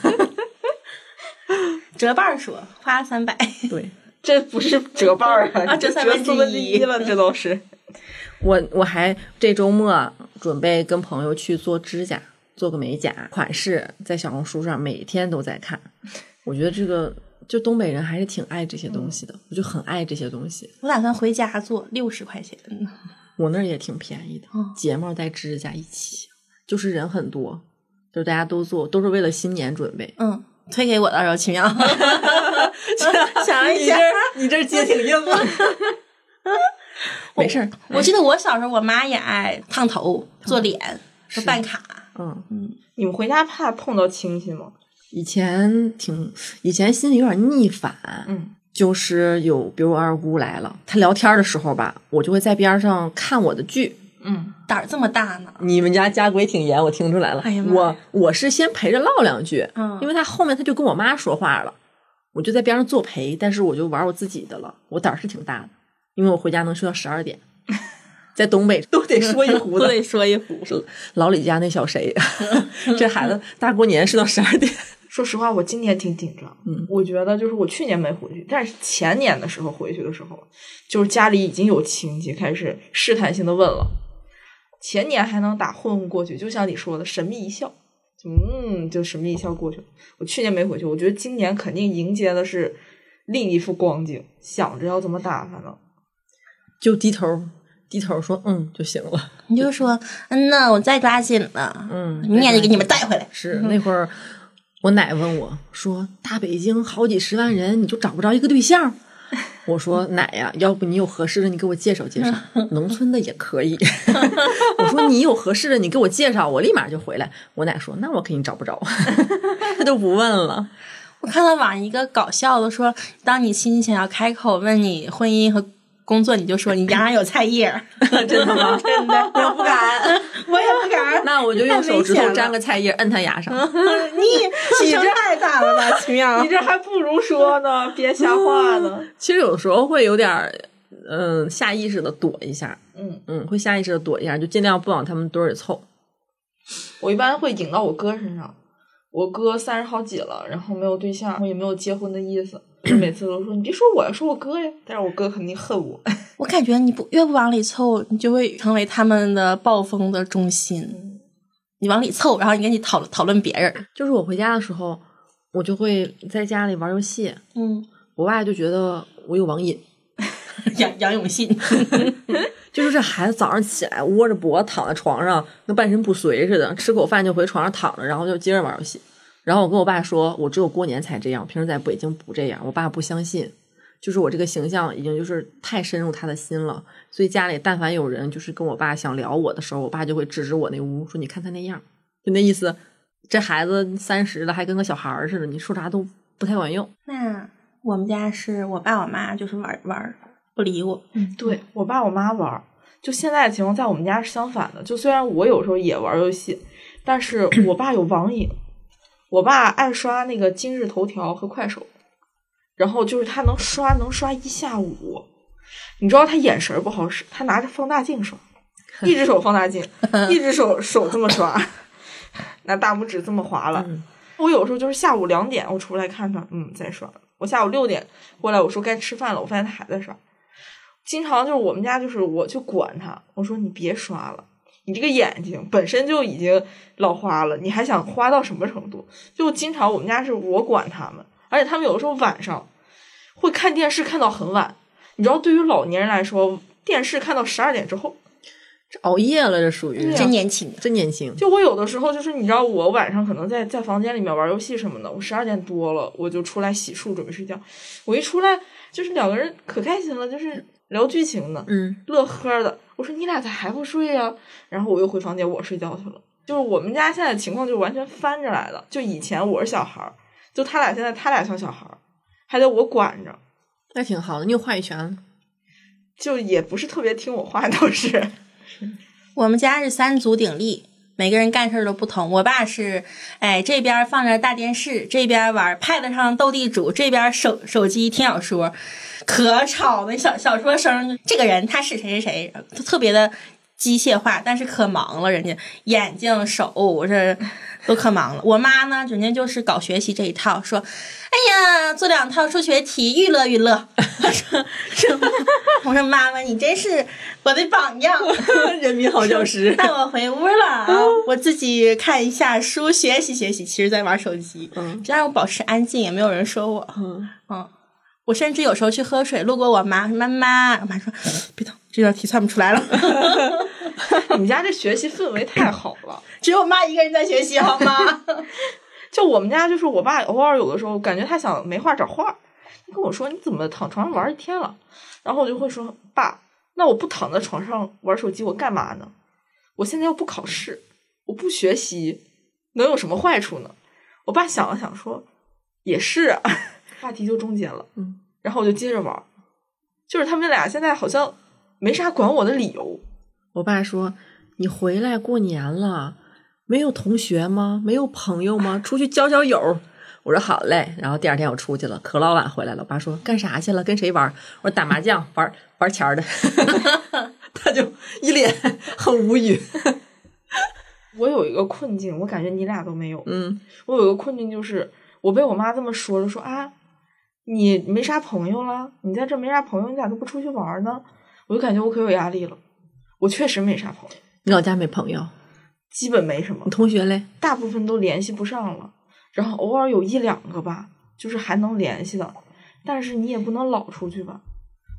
折半儿说花了三百， (laughs) 对这不是折半儿啊，啊折折三分之一四分之一了，这都是。 (laughs) 我我还这周末准备跟朋友去做指甲，做个美甲款式，在小红书上每天都在看。我觉得这个就东北人还是挺爱这些东西的，我就很爱这些东西。我打算回家做六十块钱。我那儿也挺便宜的，哦睫毛带指甲一起，就是人很多，就是大家都做，都是为了新年准备。嗯，推给我到时 (laughs) 候 (laughs) 秦阳，想一你这下。儿你这儿接挺硬啊， (laughs) 没 (laughs) 事儿，我记得我小时候，我妈也爱烫头、做脸、是办卡。嗯，你们回家怕碰到亲戚吗？以前挺以前心里有点逆反，嗯，就是有比如我二姑来了，她聊天的时候吧，我就会在边上看我的剧。嗯，胆儿这么大呢？你们家家规挺严，我听出来了。哎呀妈呀我我是先陪着唠两句，嗯因为她后面她就跟我妈说话了，我就在边上作陪，但是我就玩我自己的了。我胆儿是挺大的，因为我回家能睡到十二 (laughs) 点，在东北都得说一壶都的。得说一壶。老李家那小 (laughs) 谁，这孩子大过年睡到十二点，说实话，我今年挺紧张。嗯，我觉得就是我去年没回去，但是前年的时候回去的时候，就是家里已经有亲戚开始试探性的问了。前年还能打混混过去，就像你说的，神秘一笑，就嗯，就神秘一笑过去了。我去年没回去，我觉得今年肯定迎接的是另一副光景，想着要怎么打发呢。就低头低头说嗯就行了。你就说，嗯呐，我再抓紧了，嗯明年就给你们带回来。是那会儿，我奶问我说：“大北京好几十万人，你就找不着一个对象？” (laughs) 我说：“奶呀，要不你有合适的，你给我介绍介绍，嗯 (laughs) 农村的也可以。” (laughs) 我说：“你有合适的，你给我介绍，我立马就回来。”我奶说：“那我肯定找不着。” (laughs) 她都不问了。我看到网上一个搞笑的说，当你亲戚想要开口问你婚姻和工作，你就说你家上有菜叶儿，真的吗？ (laughs) 真的，我不敢，我也不 (laughs) 敢。那我就用手指太头危险了嗯沾个菜叶，摁他牙上。 (laughs) 你你太大了吧，秦阳你？这还不如说呢，别瞎话呢。其实有时候会有点儿，嗯，下意识的躲一下，嗯，嗯，会下意识的躲一下，就尽量不往他们堆儿里凑。我一般会引到我哥身上。我哥三十好几了，然后没有对象，然后也没有结婚的意思。 (clears throat) 就每次都说你别说我呀，说我哥呀。但是我哥肯定恨我。我感觉你不越不往里凑，你就会成为他们的暴风的中心嗯。你往里凑，然后你跟你讨论讨论别人，就是我回家的时候，我就会在家里玩游戏，嗯，我爸就觉得我有网瘾，杨杨永信，就是这孩子早上起来窝着脖子躺在床上，跟半身不遂似的，吃口饭就回床上躺着，然后就接着玩游戏。然后我跟我爸说，我只有过年才这样，平时在北京不这样。我爸不相信，就是我这个形象已经就是太深入他的心了，所以家里但凡有人就是跟我爸想聊我的时候，我爸就会指指我那屋，说你看他那样，就那意思，这孩子三十了还跟个小孩儿似的，你说啥都不太管用。那我们家是我爸我妈就是玩玩儿不理我，对我爸我妈玩儿，就现在的情况在我们家是相反的。就虽然我有时候也玩儿游戏，但是我爸有网瘾，我爸爱刷那个今日头条和快手，然后就是他能刷能刷一下午。你知道他眼神儿不好使，他拿着放大镜刷，一只手放大镜，一只手手这么刷， (laughs) 拿大拇指这么划拉。嗯我有时候就是下午两点我出来看他，嗯，在刷。我下午六点过来，我说该吃饭了，我发现他还在刷。经常就是我们家就是我就管他，我说你别刷了，你这个眼睛本身就已经老花了，你还想花到什么程度？就经常我们家是我管他们，而且他们有的时候晚上会看电视看到很晚。你知道，对于老年人来说，电视看到十二点之后，这熬夜了，这属于对啊真年轻。真年轻。就我有的时候就是你知道，我晚上可能在在房间里面玩游戏什么的，我十二点多了我就出来洗漱准备睡觉，我一出来就是两个人可开心了，就是聊剧情呢，嗯，乐呵的。我说你俩咋还不睡呀、然后我又回房间我睡觉去了。就是我们家现在情况就完全翻着来的，就以前我是小孩儿，就他俩现在他俩像小孩儿，还得我管着，那挺好的，你有话语权。就也不是特别听我话，倒是。 (laughs) 我们家是三足鼎立，每个人干事儿都不同。我爸是，哎，这边放着大电视，这边玩 Pad 上斗地主，这边手手机听小说，可吵了。小小说声，这个人他是谁谁谁，特特别的机械化，但是可忙了，人家眼睛、手这都可忙了。我妈呢，人家就是搞学习这一套，说：“哎呀，做两套数学题娱乐娱乐。” (laughs) 我说：“ (laughs) 是吗？”我说：“妈妈，你真是我的榜样。。人民好教师 (laughs) 带我回屋了啊，我自己看一下书，学习学习。其实在玩手机，嗯这样我保持安静，也没有人说我。嗯嗯，我甚至有时候去喝水，路过我妈，说妈妈，我妈说 (gasps) 别动，这道题算不出 (laughs) 来了。你们家这学习氛围太好了。只有我妈一个人在学习，好吗？ (laughs) 就我们家就是我爸偶尔有的时候感觉他想没话找话儿，他跟我说你怎么躺床上玩一天了？然后我就会说爸，那我不躺在床上玩手机我干嘛呢？我现在又不考试，我不学习，能有什么坏处呢？我爸想了想说，也是啊， (laughs) 话题就终结了。嗯，然后我就接着玩儿，就是他们俩现在好像没啥管我的理由。 (laughs) 我爸说：“你回来过年了，没有同学吗？没有朋友吗？出去交交友。”我说好嘞，然后第二天我出去了，可老晚回来了。我爸说干啥去了？跟谁玩？我说打麻 (laughs) 将，玩玩钱儿的。他就一脸很无语。我有一个困境，我感觉你俩都没有。嗯我有个困境就是，我被我妈这么说了，说啊，你没啥朋友了，你在这没啥朋友，你咋都不出去玩儿呢？我就感觉我可有压力了。我确实没啥朋友，你老家没朋友，基本没什么你，同学嘞？大部分都联系不上了，然后偶尔有一两个吧，就是还能联系的，但是你也不能老出去吧，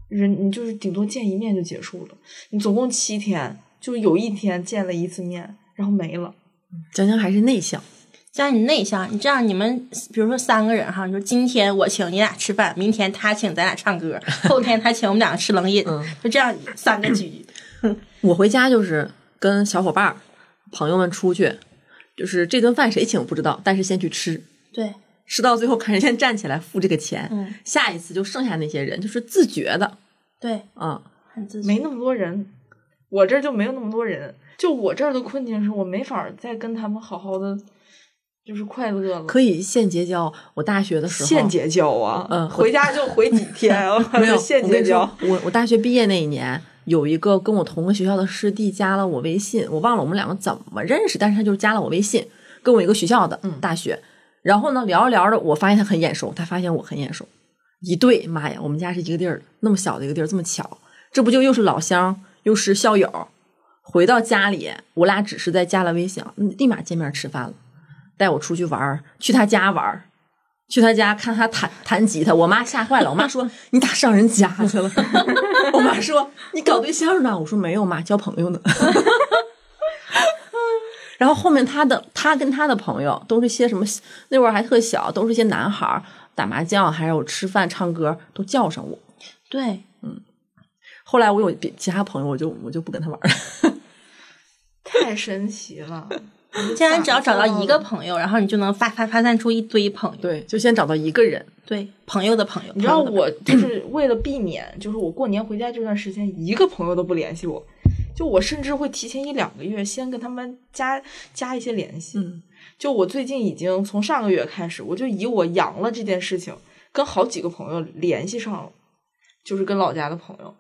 人你就是顶多见一面就结束了，你总共七天，就有一天见了一次面，然后没了。江江还是内向，像你内向，你这样你们比如说三个人哈，你说今天我请你俩吃饭，明天他请咱俩唱 (laughs) 歌，后天他请我们俩吃冷饮，嗯就这样三个局。我回家就是跟小伙伴儿、朋友们出去，就是这顿饭谁请不知道，但是先去吃。对，吃到最后看人家站起来付这个钱，嗯下一次就剩下那些人，就是自觉的对，啊、很自没那么多人，我这儿就没有那么多人。就我这儿的困境是我没法儿再跟他们好好的，就是快乐了。可以现结交。我大学的时候现结交啊，嗯回家就回几天啊， (laughs) 没有， (laughs) 现我跟结你说交。，我我大学毕业那一年，有一个跟我同个学校的师弟加了我微信，我忘了我们两个怎么认识，但是他就是加了我微信，跟我一个学校的大学。然后呢，聊着聊着，我发现他很眼熟，他发现我很眼熟，一对，妈呀，我们家是一个地儿的，那么小的一个地儿，这么巧，这不就又是老乡又是校友。回到家里，我俩只是在加了微信，嗯立马见面吃饭了，带我出去玩儿，去他家玩儿，去他家看他弹弹吉他，我妈吓坏了。我妈说：“你咋上人家去了？” (laughs) 我妈说：“你搞对象呢？”我说：“没有妈，交朋友呢。” (laughs) 然后后面他的他跟他的朋友都是些什么？那会儿还特小，都是些男孩儿打麻将，还有吃饭、唱歌，都叫上我。对，后来我有别其他朋友，我就我就不跟他玩儿了。太神奇了， (laughs) 你现在只要找到一个朋友，然后你就能发发发散出一堆朋友，对，就先找到一个人。对，朋友的朋友。你知道朋友的我就是为了避免，就是我过年回家这段时间一个朋友都不联系我，就我甚至会提前一两个月先跟他们加加一些联系。嗯，就我最近已经从上个月开始，我就以我阳了这件事情，跟好几个朋友联系上了，就是跟老家的朋友，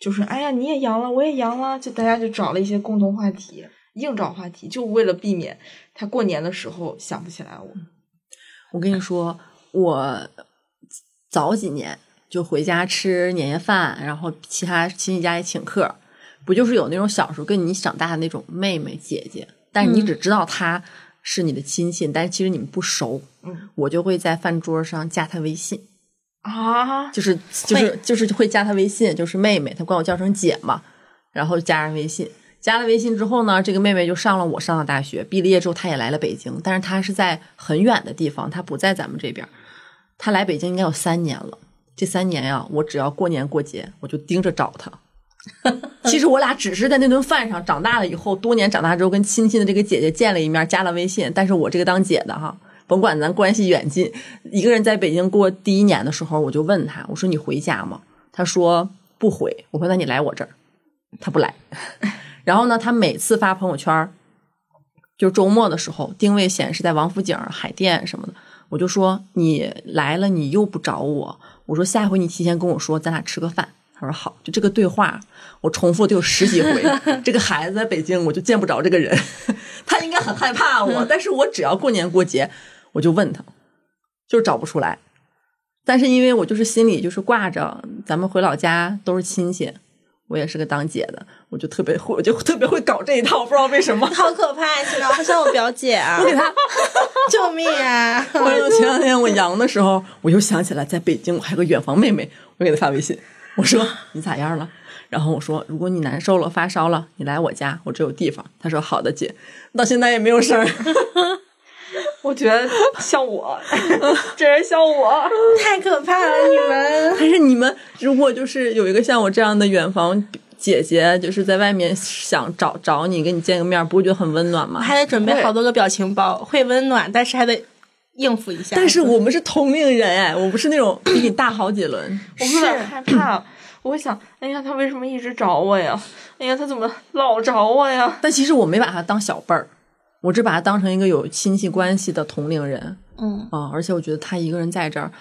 就是哎呀你也阳了，我也阳了，就大家就找了一些共同话题，硬找话题，就为了避免他过年的时候想不起来我。我跟你说，我早几年就回家吃年夜饭，然后其他亲戚家也请客，不就是有那种小时候跟你长大的那种妹妹姐姐，但是你嗯只知道她是你的亲戚，但是其实你们不熟。嗯我就会在饭桌上加她微信，啊，就是就是就是会加她微信，就是妹妹，她管我叫声姐嘛，然后加上微信。加了微信之后呢，这个妹妹就上了我上的大学，毕了业之后她也来了北京，但是她是在很远的地方，她不在咱们这边儿。她来北京应该有三年了，这三年呀、我只要过年过节，我就盯着找她。其实我俩只是在那顿饭上，长大了以后，多年长大之后跟亲戚的这个姐姐见了一面，加了微信。但是我这个当姐的哈，甭管咱关系远近，一个人在北京过第一年的时候，我就问她，我说你回家吗？她说不回。我说那你来我这儿，她不来。 (laughs) 然后呢，她每次发朋友圈儿，就是周末的时候，定位显示在王府井、海淀什么的，我就说你来了，你又不找我，我说下回你提前跟我说，咱俩吃个饭。他说好，就这个对话，我重复得有十几回。这个孩子在北京，我就见不着这个人， (laughs) 他应该很害怕我。但是我只要过年过节，我就问他，就是找不出来。但是因为我就是心里就是挂着，咱们回老家都是亲戚，我也是个当姐的，我就特别会，我就特别会搞这一套，不知道为什么。 (laughs) 好可怕！现在我好像我表姐啊我，给他， (laughs) 救命啊！ (laughs) 我就前两天我阳的时候，我又想起来在北京我还有个远房妹妹，我就给她发微信，我说你咋样了？然后我说如果你难受了发烧了，你来我家，我这有地方。她说好的姐，到现在也没有声儿。我觉得像我， (laughs) 这人像 (laughs) 我， (laughs) 太可怕了，你们。但是你们如果就是有一个像我这样的远房姐姐，就是在外面想找找你，跟你见个面，不会觉得很温暖吗？还得准备好多个表情包，会温暖，但是还得应付一下。但是我们是同龄人哎，我不是那种比你大好几轮。我会有点害怕。我会想，哎呀，他为什么一直找我呀？哎呀，他怎么老找我呀？但其实我没把她当小辈儿，我只把她当成一个有亲戚关系的同龄人。嗯，啊、而且我觉得他一个人在这儿，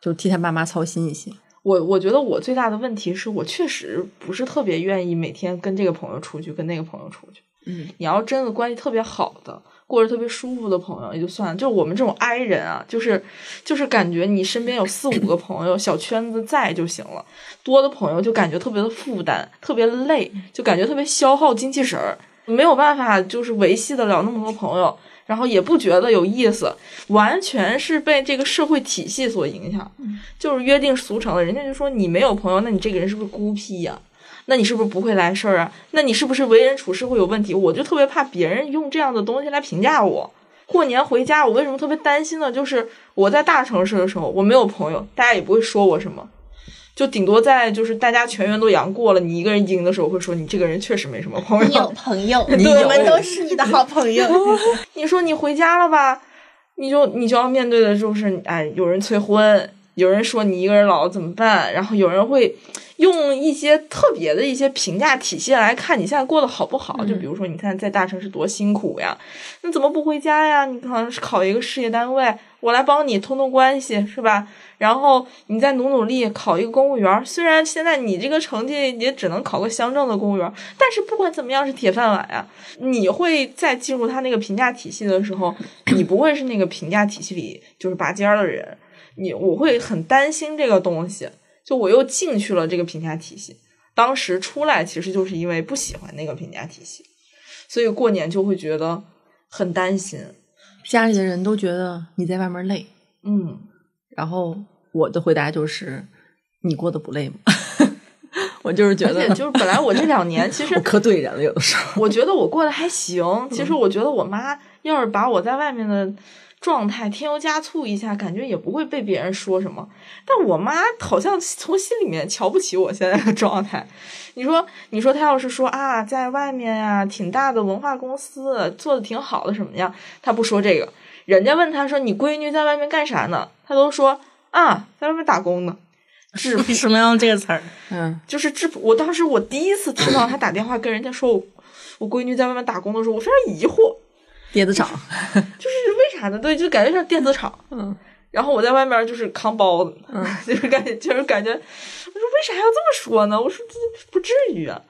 就替他爸妈操心一些。我我觉得我最大的问题是我确实不是特别愿意每天跟这个朋友出去，跟那个朋友出去。嗯，你要真的关系特别好的，过着特别舒服的朋友也就算了，就我们这种 I 人啊，就是就是感觉你身边有四五个朋友，小圈子在就行了，多的朋友就感觉特别的负担，特别累，就感觉特别消耗精气神儿，没有办法就是维系得了那么多朋友，然后也不觉得有意思，完全是被这个社会体系所影响，就是约定俗成的，人家就说你没有朋友，那你这个人是不是孤僻呀、那你是不是不会来事儿啊？那你是不是为人处事会有问题？我就特别怕别人用这样的东西来评价我。过年回家，我为什么特别担心呢？就是我在大城市的时候，我没有朋友，大家也不会说我什么，就顶多在就是大家全员都阳过了，你一个人阴的时候会说你这个人确实没什么朋友。你有朋友，你有我们都是你的好朋友。 (laughs) 你说你回家了吧，你就你就要面对的就是，哎，有人催婚，有人说你一个人老了怎么办，然后有人会用一些特别的一些评价体系来看你现在过得好不好。就比如说，你看在大城市多辛苦呀，你怎么不回家呀？你可能是考一个事业单位，我来帮你通通关系，是吧？然后你再努努力考一个公务员，虽然现在你这个成绩也只能考个乡镇的公务员，但是不管怎么样是铁饭碗呀、你会在进入他那个评价体系的时候，你不会是那个评价体系里就是拔尖儿的人，你我会很担心这个东西。就我又进去了这个评价体系，当时出来其实就是因为不喜欢那个评价体系，所以过年就会觉得很担心。家里的人都觉得你在外面累，嗯，然后我的回答就是：你过得不累吗？ (laughs) 我就是觉而且得就是本来我这两年其实我可怼人了，有的时候。我觉得我过得还行。其实我觉得我妈要是把我在外面的状态添油加醋一下，感觉也不会被别人说什么。但我妈好像从心里面瞧不起我现在的状态。你说，你说她要是说啊，在外面呀、挺大的文化公司做的挺好的什么呀，她不说这个。人家问她说你闺女在外面干啥呢？她都说啊，在外面打工呢。 (laughs) 质为 (laughs) 什么要用这个 (laughs) 词儿？嗯，就是质朴。我当时我第一次听到他打电话跟人家说我我闺女在外面打工的时候，我非常疑惑，碟子厂，就是为啥呢？对，就感觉像电子厂。嗯，然后我在外面就是扛包子，嗯 (laughs) 就是感觉就是感觉，我说为啥要这么说呢？我说这不至于啊。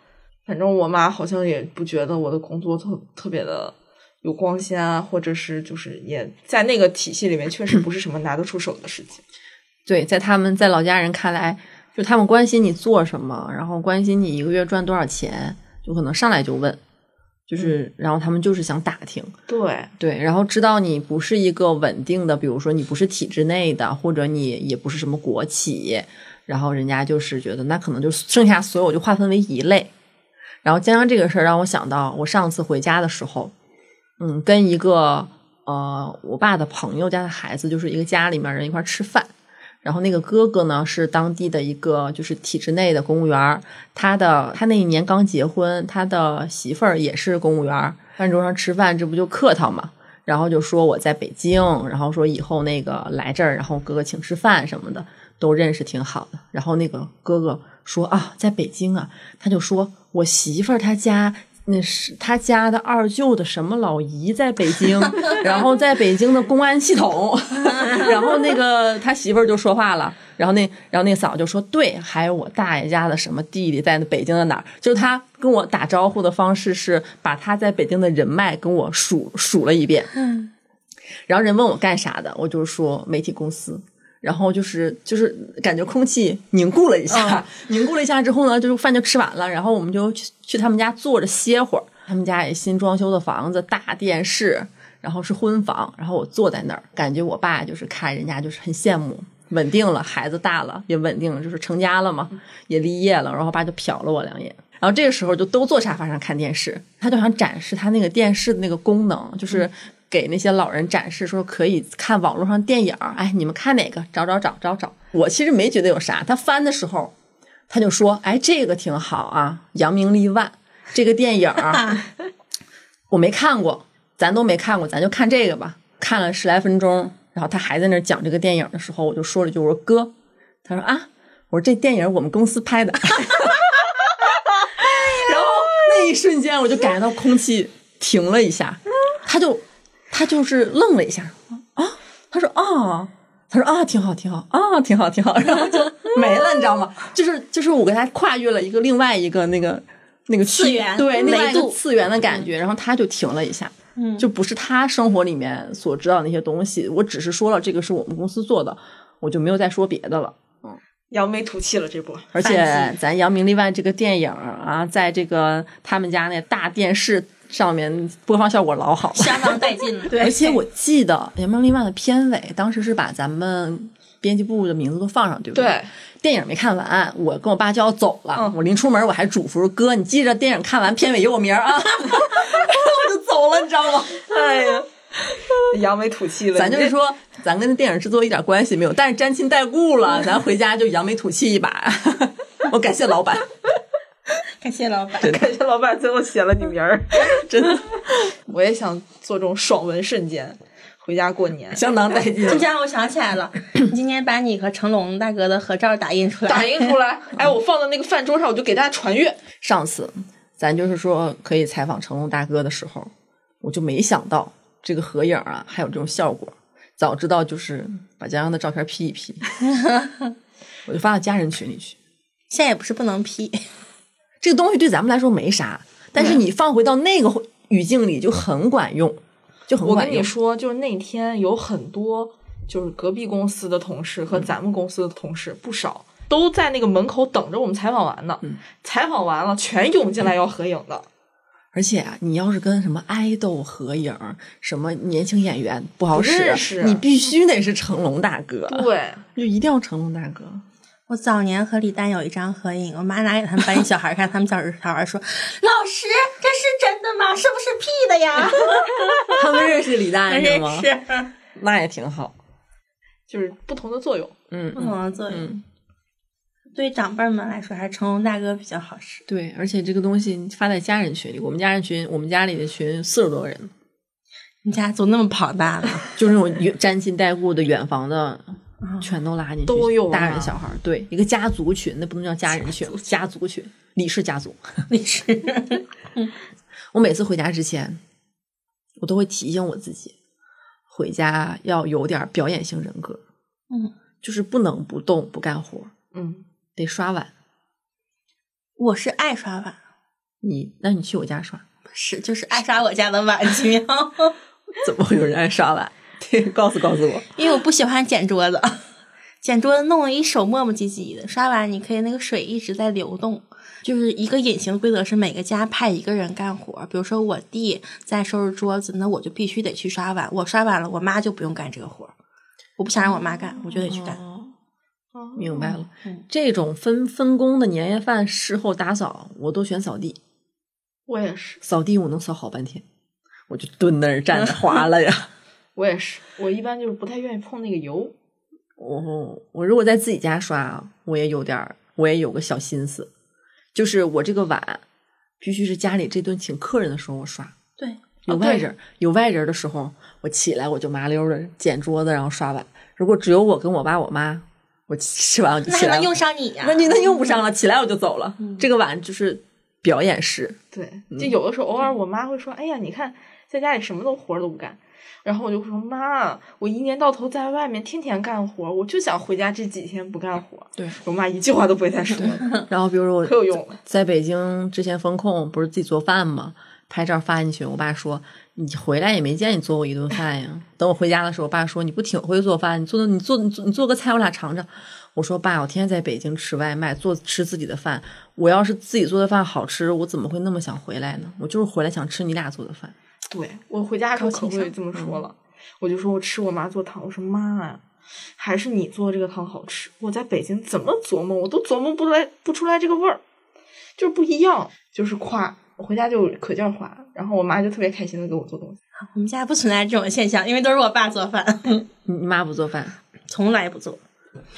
反正我妈好像也不觉得我的工作特特别的有光鲜啊，或者是就是也在那个体系里面确实不是什么拿得出手的事情。对，在他们在老家人看来，就他们关心你做什么，然后关心你一个月赚多少钱，就可能上来就问，就是、嗯然后他们就是想打听。对，对，然后知道你不是一个稳定的，比如说你不是体制内的，或者你也不是什么国企，然后人家就是觉得那可能就剩下所有就划分为一类。然后江江这个事儿让我想到，我上次回家的时候，嗯，跟一个呃我爸的朋友家的孩子，就是一个家里面人一块儿吃饭。然后那个哥哥呢是当地的一个就是体制内的公务员儿，他的他那一年刚结婚，他的媳妇儿也是公务员儿，饭桌上吃饭这不就客套嘛，然后就说我在北京，然后说以后那个来这儿，然后哥哥请吃饭什么的，都认识挺好的。然后那个哥哥说啊，在北京啊，他就说我媳妇儿她家。那是他家的二舅的什么老姨在北京，然后在北京的公安系统，然后那个他媳妇儿就说话了，然后那然后那个嫂子就说，对，还有我大爷家的什么弟弟在北京的哪儿，就是他跟我打招呼的方式是把他在北京的人脉跟我数数了一遍。嗯，然后人问我干啥的，我就说媒体公司。然后就是就是感觉空气凝固了一下，凝固了一下之后呢，就是饭就吃完了，然后我们就去去他们家坐着歇会儿。他们家也新装修的房子，大电视，然后是婚房，然后我坐在那儿，感觉我爸就是看人家就是很羡慕，稳定了，孩子大了也稳定了，就是成家了嘛，也立业了，然后我爸就瞟了我两眼。然后这个时候就都坐沙发上看电视，他就想展示他那个电视的那个功能，就是给那些老人展示说可以看网络上电影儿，哎，你们看哪个？找找找找找。我其实没觉得有啥，他翻的时候他就说，哎，这个挺好啊，《扬名立万》这个电影儿我没看过，咱都没看过，咱就看这个吧。看了十来分钟，然后他还在那儿讲这个电影的时候，我就说了一句：“我说哥。”他说：“啊，我说这电影我们公司拍的。” (laughs) 然后那一瞬间，我就感觉到空气停了一下，他就他就是愣了一下，啊，他说啊。他说啊，挺好，挺好啊，挺好，挺好，然后就没了，你知道吗？就是就是我跟他跨越了一个另外一个那个那个区次元对另外一维个度次元的感觉，然后他就停了一下，嗯就不是他生活里面所知道的那些东西。我只是说了这个是我们公司做的，我就没有再说别的了。扬眉吐气了这波。而且反咱《扬名立万》这个电影儿啊，在这个他们家那大电视上面播放效果老好了。相当带劲 (laughs) 了。而且我记得《扬名立万》的片尾，当时是把咱们编辑部的名字都放上，对不对？对，电影没看完，我跟我爸就要走了。嗯我临出门我还嘱咐说：“哥，你记着电影看完片尾有我名儿啊。” (laughs) 然后我就走了，你知道吗？哎呀， (laughs) 扬眉吐气了。咱你就是这，说，咱跟电影制作一点关系没有，但是沾亲带故了，咱回家就扬眉吐气一把。 (laughs) 我感谢老板，感谢老板，感谢老板最后写了你名 (laughs) 儿。真的我也想做这种爽文瞬间，回家过年。相当带劲。这让我想起来了，你今天把你和成龙大哥的合照打印出来， (laughs) 打印出来，哎，我放到那个饭桌上，我就给大家传阅。上次咱就是说可以采访成龙大哥的时候，我就没想到这个合影啊还有这种效果。早知道就是把家阳的照片 P 一 P，我就发到家人群里去。现在也不是不能 P，这个东西对咱们来说没啥，但是你放回到那个语境里就很管用，就很我管跟用。你说，就是那天有很多就是隔壁公司的同事和咱们公司的同事不少，都在那个门口等着我们采访完呢。采访完了，全涌进来要合影的。而且啊，你要是跟什么爱豆合影，什么年轻演员不好不使，认识你必须得是成龙大哥，对，就一定要成龙大哥。我早年和李诞有一张合影，我妈拿给他们班一小孩看，他们小小孩说：“老师，这是真的吗？是不是 P 的呀他们认识李？” (laughs) 诞是吗？ (laughs) 认识，那也挺好。就是不同的作用。嗯不，同的作用。嗯对长辈们来说，还是成龙大哥比较好使。对，而且这个东西你发在家人群里，我们家人群，我们家里的群四十多个人，你家族那么庞大呢？ (laughs) 就是那种远沾亲带故的远房的，全啊都拉进去，都有大啊人小孩儿，对，一个家族群，那不能叫家人群，家族群，李氏家族。你是我每次回家之前，我都会提醒我自己，回家要有点表演型人格，嗯，就是不能不动不干活，嗯，得刷碗。我是爱刷碗，你，那你去我家刷，不是就是爱刷我家的碗，奇妙。怎么会有人爱刷碗？ (laughs) 对，告诉告诉我。因为我不喜欢捡桌子， (laughs) 捡桌子弄得一手磨磨唧唧的。刷碗你可以那个水一直在流动，就是一个隐形规则是每个家派一个人干活。比如说我弟在收拾桌子，那我就必须得去刷碗。我刷完了，我妈就不用干这个活儿。我不想让我妈干，我就得去哦干。哦明白了，嗯这种分分工的年夜饭事后打扫，我都选扫地。我也是，扫地我能扫好半天，我就蹲那儿站 (laughs) 着划拉呀。我也是，我一般就是不太愿意碰那个油。我我如果在自己家刷啊，我也有点儿，我也有个小心思，就是我这个碗必须是家里这顿请客人的时候我刷，对，有哦外对人儿、有外人儿的时候，我起来我就麻溜的捡桌子然后刷碗。如果只有我跟我爸我妈，我吃完我就那起还来能了，用上你呀、嗯那你那用不上了，起来我就走了。这个碗就是表演室，对，就有的时候偶尔我妈会说：“哎呀，你看在家里什么都活儿都不干。”然后我就说：“妈，我一年到头在外面天天干活，我就想回家这几天不干活。”对，我妈一句话都不会再说了，然后比如说我 (laughs) 可有用了。在北京之前封控，不是自己做饭吗？拍照发进去，我爸说：“你回来也没见你做过一顿饭呀。”等我回家的时候，我爸说：“你不挺会做饭？你做的你做你做你做个菜，我俩尝尝。”我说：“爸，我天天在北京吃外卖，做吃自己的饭。我要是自己做的饭好吃，我怎么会那么想回来呢？我就是回来想吃你俩做的饭。对我回家的时候可高情会嗯这么说了，我就说我吃我妈做汤，我说妈呀，还是你做这个汤好吃。我在北京怎么琢磨，我都琢磨不来不出来这个味儿，就是不一样，就是夸。我回家就可劲儿夸，然后我妈就特别开心的给我做东西。我们家不存在这种现象，因为都是我爸做饭， (laughs) 你你妈不做饭，从来不做。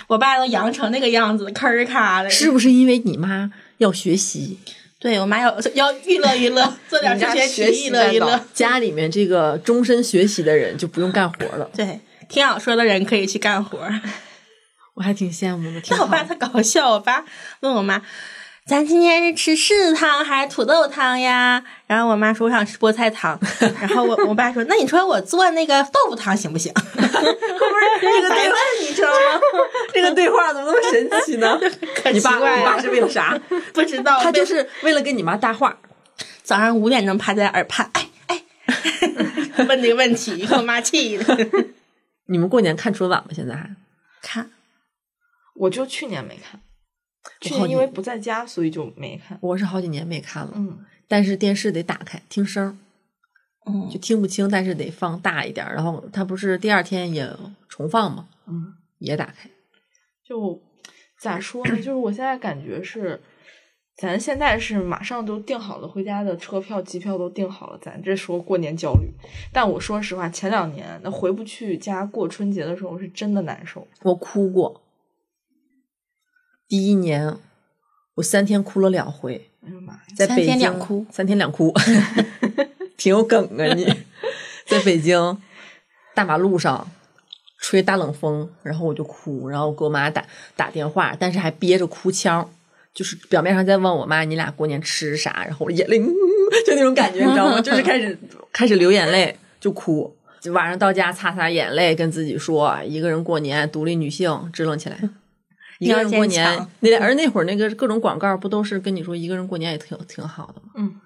我爸都养成那个样子，吭儿咔的。是不是因为你妈要学习？对我妈要要娱乐娱乐，做点你家这些学习娱乐娱班乐呢。家里面这个终身学习的人就不用干活了，对，听好说的人可以去干活儿。 (laughs) 我还挺羡慕的。挺但我好爸他搞笑，我爸问我妈：“咱今天是吃柿子汤还是土豆汤呀？”然后我妈说：“我想吃菠菜汤。”然后我我爸说：“那你说我做那个豆腐汤行不行？” (laughs) 后边儿这个对问你知道吗？这个对话怎么那么神奇 (laughs) 啊哦呢？可你爸奇怪你了爸是为了啥？不知道，他就被是为了跟你妈搭话。早上五点钟趴在耳畔，哎 (laughs) 哎，问这个问题，给我妈 (laughs) 气的。你们过年看春晚吗？现在还？看，我就去年没看，去好年因几为不在家，所以就没看。我是好几年没看了，嗯，但是电视得打开听声儿，嗯就，听不清，但是得放大一点儿。然后它不是第二天也重放吗？嗯，也打开。就咋说呢？就是我现在感觉是，咱现在是马上都订好了回家的车票、机票都订好了，咱这说过年焦虑。但我说实话，前两年那回不去家过春节的时候，我是真的难受。我哭过，第一年我三天哭了两回，哎呦妈呀！在三北天京两哭，三天两哭， (laughs) 挺有梗啊 (laughs) 你。在北京大马路上吹大冷风，然后我就哭，然后给我妈打打电话，但是还憋着哭腔，就是表面上在问我妈你俩过年吃啥，然后我眼泪、嗯、就那种感觉，你知道吗？就是开 (laughs) 始开始流眼泪就哭。就晚上到家擦擦眼泪，跟自己说，一个人过年，独立女性支棱起 (laughs) 来。一个人过你要坚年强，那而那会儿那个各种广告不都是跟你说一个人过年也挺挺好的吗？嗯，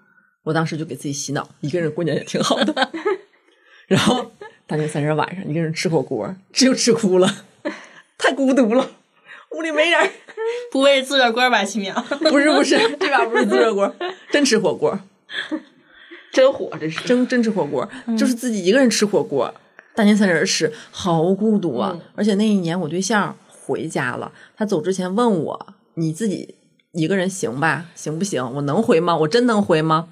我当时就给自己洗脑，一个人过年也挺好的。 (laughs) 然后大年三十晚上一个人吃火锅，这就吃哭了，太孤独了，屋里没人儿。不会是自个锅吧，奇妙？ (laughs) 不是不是，这把不是自热锅， (laughs) 真吃火锅，真火，这是真真吃火锅，就是自己一个人吃火锅，大年三十儿吃，好孤独啊！嗯而且那一年我对象回家了，他走之前问我：“你自己一个人行吧？行不行？我能回吗？我真能回吗？”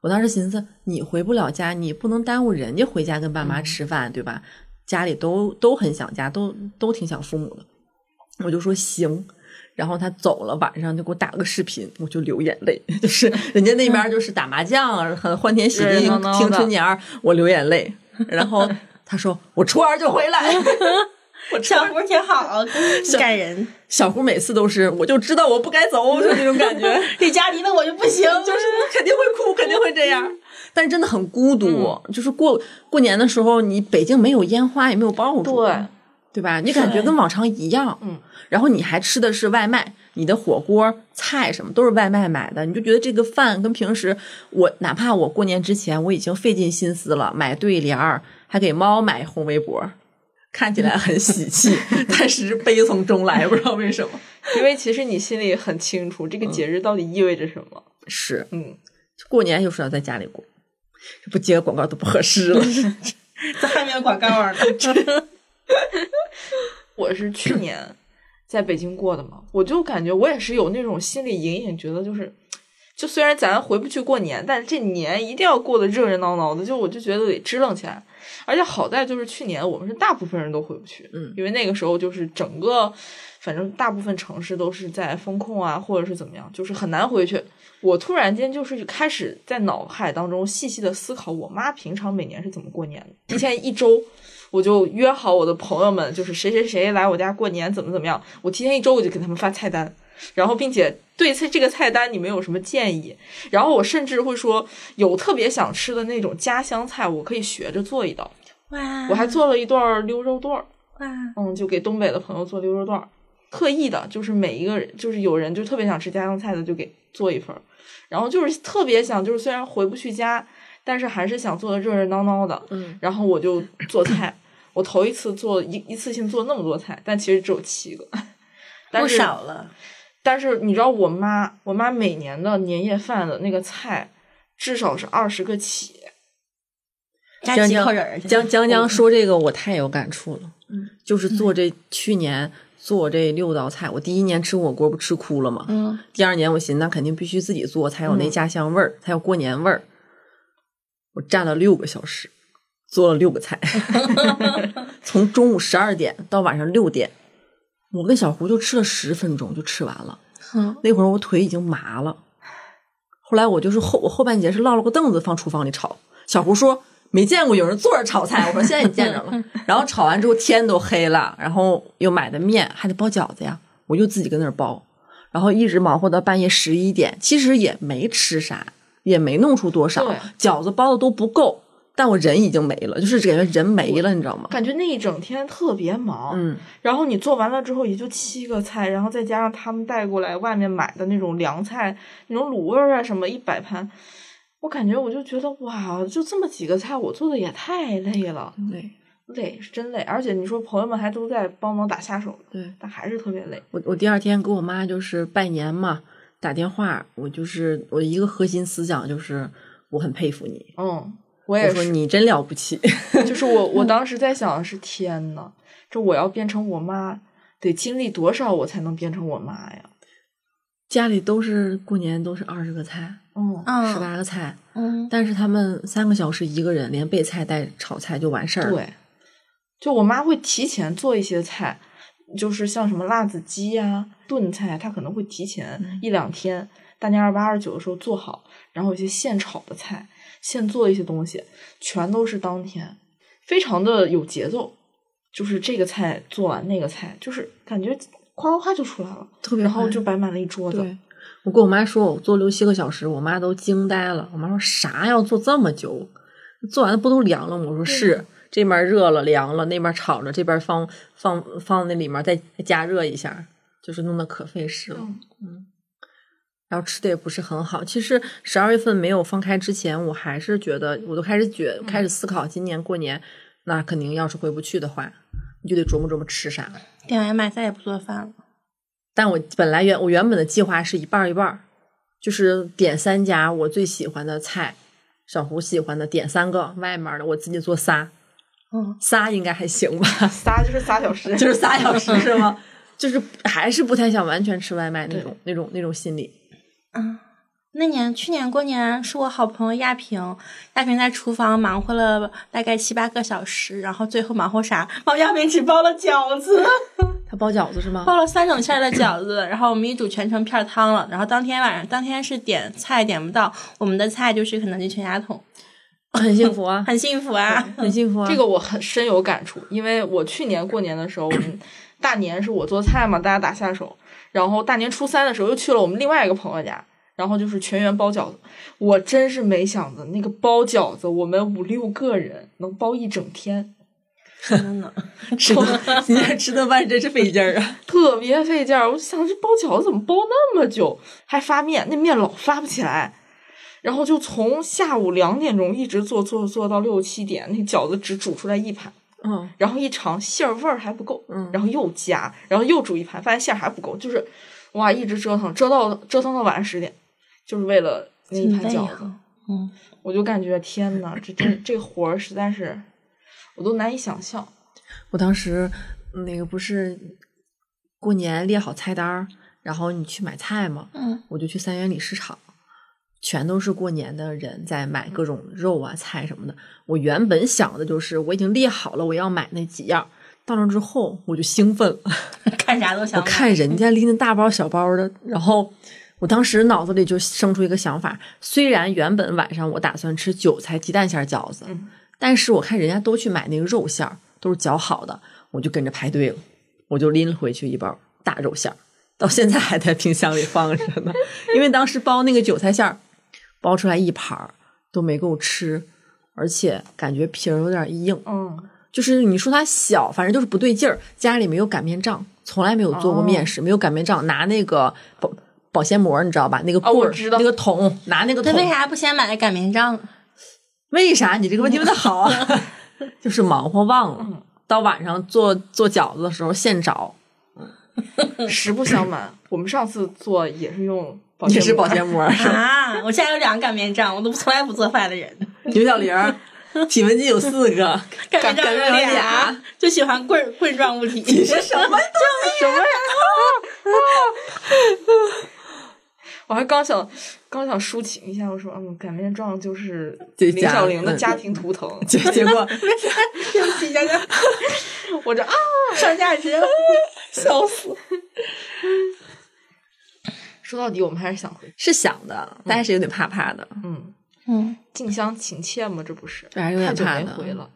我当时寻思，你回不了家，你不能耽误人家回家跟爸妈吃饭，对吧？家里都都很想家，都都挺想父母的。我就说行，然后他走了，晚上就给我打了个视频，我就流眼泪， (laughs) 就是人家那边就是打麻将，啊很欢天喜热热地闹闹的听春联儿，我流眼泪。然后他说我初二就回来， (laughs) 小胡挺好，感人。小胡每次都是我就知道我不该走，就那种感觉。 (laughs) 这家离了 (laughs) 我就不行，就是肯定会哭， (laughs) 肯定会这样。嗯但是真的很孤独，就是过过年的时候，你北京没有烟花，也没有爆竹，对，对吧？你感觉跟往常一样，嗯。然后你还吃的是外卖，你的火锅菜什么都是外卖买的，你就觉得这个饭跟平时我哪怕我过年之前我已经费尽心思了，买对联儿，还给猫买红围脖。看起来很喜 (laughs) 气，但是悲从中来，不知道为什么。因为其实你心里很清楚这个节日到底意味着什么。 (laughs) 是，嗯，过年就是要在家里过，不接个广告都不合适了。这还没有广告呢。我是去年在北京过的嘛，我就感觉我也是有那种心里隐隐觉得就是，就虽然咱回不去过年，但是这年一定要过得热热闹闹的，就我就觉得得支棱起来。而且好在就是去年我们是大部分人都回不去，嗯因为那个时候就是整个，反正大部分城市都是在封控啊，或者是怎么样，就是很难回去。我突然间就是开始在脑海当中细细的思考，我妈平常每年是怎么过年的。提前一周，我就约好我的朋友们，就是谁谁谁来我家过年，怎么怎么样。我提前一周我就给他们发菜单，然后并且对菜这个菜单你们有什么建议？然后我甚至会说，有特别想吃的那种家乡菜，我可以学着做一道。 (laughs) 哇，我还做了一段儿溜肉段儿，哇，嗯，就给东北的朋友做溜肉段儿，特意的，就是每一个人，就是有人就特别想吃家乡菜的，就给做一份儿。然后就是特别想，就是虽然回不去家，但是还是想做的热热闹闹的。嗯，然后我就做菜，我头一次做一一次性做那么多菜，但其实只有七个，但不是少了。但是你知道我妈，我妈每年的年夜饭的那个菜至少是二十个起，加江几江口人儿去，江江江说这个我太有感触了，嗯，就是做这去年做这六道菜，我第一年吃火锅不吃哭了吗？嗯，第二年我寻思那肯定必须自己做，才有那嗯家乡味儿，才有过年味儿。我站了六个小时，做了六个 (laughs) 菜，从中午十二点到晚上六点，我跟小胡就吃了十分钟就吃完了。嗯那会儿我腿已经麻了，后来我就是后我后半截是落了个凳子放厨房里炒。小胡说没见过有人坐着炒菜，我说现在你见着了。然后炒完之后天都黑了，然后又买的面还得包饺子呀，我就自己跟那儿包，然后一直忙活到半夜十一点，其实也没吃啥，也没弄出多少对，饺子包的都不够，但我人已经没了，就是感觉人没了，你知道吗？感觉那一整天特别忙。嗯，然后你做完了之后也就七个菜，然后再加上他们带过来外面买的那种凉菜，那种卤味儿啊什么一摆盘，我感觉我就觉得哇，就这么几个菜，我做的也太累了，对累是真累，而且你说朋友们还都在帮忙打下手，对。但还是特别累。我我第二天给我妈就是拜年嘛，打电话，我就是我的一个核心思想就是我很佩服你，嗯，我我也说是，你真了不起， (laughs) 就是我我当时在想的是，天呐，这我要变成我妈，得经历多少我才能变成我妈呀？家里都是过年都是二十个菜，嗯，十嗯八个菜，嗯，但是他们三个小时一个人连备菜带炒菜就完事儿了，对，就我妈会提前做一些菜，就是像什么辣子鸡呀、炖菜，她可能会提前嗯一两天，大年二八、二十九的时候做好，然后有一些现炒的菜，现做一些东西，全都是当天，非常的有节奏。就是这个菜做完，那个菜就是感觉夸夸夸就出来了，特别然后快就摆满了一桌子。对。我跟我妈说，我做六七个小时，我妈都惊呆了。我妈说啥要做这么久？做完了不都凉了吗？我说是，这面热了凉了，那边炒着，这边放放放那里面再加热一下，就是弄得可费事了。嗯然后吃的也不是很好。其实十二月份没有放开之前，我还是觉得，我都开始觉开始思考，今年过年那肯定要是回不去的话，你就得琢磨琢磨吃啥。点外卖再也不做饭了。但我本来原我原本的计划是一半儿一半儿，就是点三家我最喜欢的菜，小胡喜欢的点三个，外面的我自己做仨，嗯，仨应该还行吧， (laughs) 仨就是仨小时，就是仨小时是吗？ (laughs) 就是还是不太想完全吃外卖那对种那种那种心理。啊，那年去年过年是我好朋友亚萍，亚萍在厨房忙活了大概七八个小时，然后最后忙活啥？忙亚萍只包了饺子，他包饺子是 (laughs) 吗？包了三种馅儿的饺子，然后我们一煮全成片儿汤了。然后当天晚上，当天是点菜点不到，我们的菜就是肯德基全家桶，很幸福啊，很幸福嗯啊。很幸福啊。这个我很深有感触，因为我去年过年的时候，我们大年是我做菜嘛，大家打下手，然后大年初三的时候又去了我们另外一个朋友家，然后就是全员包饺子，我真是没想到那个包饺子，我们五六个人能包一整天，真的，吃顿今天 (laughs) 吃顿饭真是费劲儿啊。特别费劲儿。我就想这包饺子怎么包那么久，还发面，那面老发不起来。然后就从下午两点钟一直做做做到六七点，那饺子只煮出来一盘，嗯然后一尝馅儿味儿还不够，嗯然后又加，然后又煮一盘，发现馅儿还不够，就是哇，一直折腾，折到折腾到晚上十点，就是为了那一真盘累饺子啊，嗯，我就感觉天呐，这这这活儿实在是我都难以想象。我当时那个不是过年列好菜单儿，然后你去买菜嘛，嗯，我就去三元里市场，全都是过年的人在买各种肉啊、菜什么的。我原本想的就是我已经列好了我要买那几样儿，到那之后我就兴奋了， (laughs) 看啥都想我买看人家拎着大包小包的，然后我当时脑子里就生出一个想法，虽然原本晚上我打算吃韭菜鸡蛋馅儿饺子，嗯但是我看人家都去买那个肉馅儿，都是绞好的，我就跟着排队了，我就拎了回去一包大肉馅儿，到现在还在冰箱里放着呢。因为当时包那个韭菜馅儿，包出来一盘儿都没够吃，而且感觉皮儿有点硬。嗯，就是你说它小，反正就是不对劲儿。家里没有擀面杖，从来没有做过哦面食，没有擀面杖，拿那个保保鲜膜，你知道吧？那个哦棍我儿、知道那个桶，拿那个那桶。为啥不先买个擀面杖？为啥？你这个问题问的好 (laughs) 啊！就是忙活忘了嗯，到晚上做做饺子的时候现找，嗯实不相瞒，我们上次做也是用保也鲜是膜保鲜膜。啊，我家有两个擀面杖，我都从来不做饭的人， (laughs) 牛小玲儿，体温计有四 (laughs) 个，擀面杖擀有面有俩俩，就喜欢棍儿棍状物体。你 (laughs) 是什么？什么呀？我还刚想刚想抒情一下，我说嗯，擀面杖就是这林家小玲的嗯家庭图腾，结结 (laughs) 果对不起，佳佳，我这啊，上价值， (laughs) 笑死！说到底我们还是想回，是想的，但是有点怕怕的。嗯，嗯，近乡情怯嘛，这不是，对还是有点太久怕没的回了。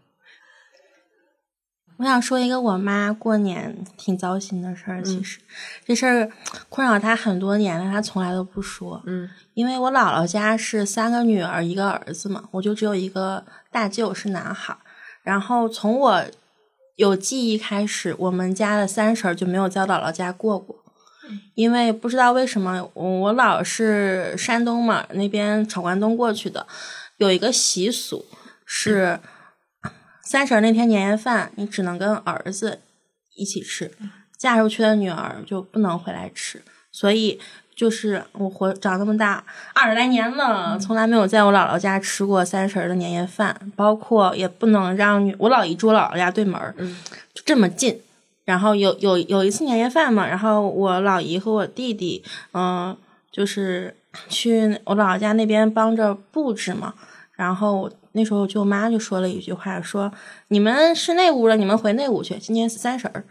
我想说一个我妈过年挺糟心的事儿，嗯其实、这事儿困扰她很多年了，她从来都不说。嗯，因为我姥姥家是三个女儿一个儿子嘛，我就只有一个大舅是男孩儿。然后从我有记忆开始，我们家的三婶儿就没有在我姥姥家过过，因为不知道为什么，我我姥是山东嘛，那边闯关东过去的，有一个习俗是三婶儿那天年夜饭，你只能跟儿子一起吃，嫁出去的女儿就不能回来吃，所以。就是我活长这么大二十来年了，从来没有在我姥姥家吃过三十儿的年夜饭，包括也不能让女我老姨住我姥姥家对门儿，就这么近。然后有有有一次年夜饭嘛，然后我老姨和我弟弟，嗯、就是去我姥姥家那边帮着布置嘛。然后那时候我舅妈就说了一句话，说你们是那屋了，你们回那屋去，今年是三十儿。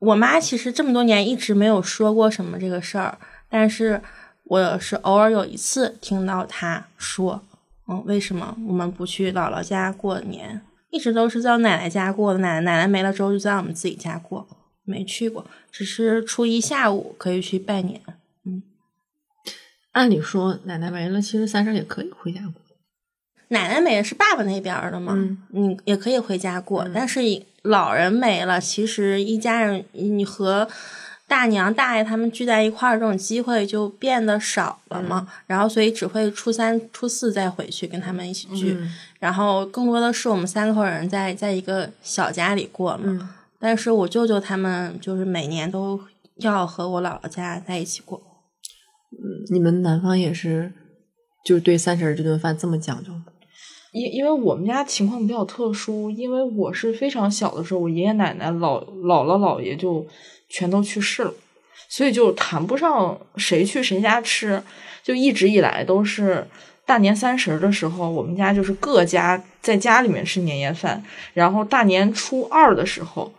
我妈其实这么多年一直没有说过什么这个事儿，但是我是偶尔有一次听到她说，嗯，为什么我们不去姥姥家过年？一直都是在我奶奶家过的，奶奶奶奶没了之后就在我们自己家过，没去过，只是初一下午可以去拜年。按理说奶奶没了，其实三婶也可以回家过。奶奶没了是爸爸那边儿的嘛，嗯你也可以回家过，但是老人没了，其实一家人你和大娘大爷他们聚在一块儿这种机会就变得少了嘛，嗯然后所以只会初三、初四再回去跟他们一起聚，嗯嗯然后更多的是我们三口人在在一个小家里过嘛，嗯但是我舅舅他们就是每年都要和我姥姥家在一起过，你们南方也是，就是对三婶这顿饭这么讲究吗？因因为我们家情况比较特殊，因为我是非常小的时候，我爷爷奶奶、老姥姥姥爷就全都去世了，所以就谈不上谁去谁家吃，就一直以来都是大年三十儿的时候，我们家就是各家在家里面吃年夜饭，然后大年初二的时候，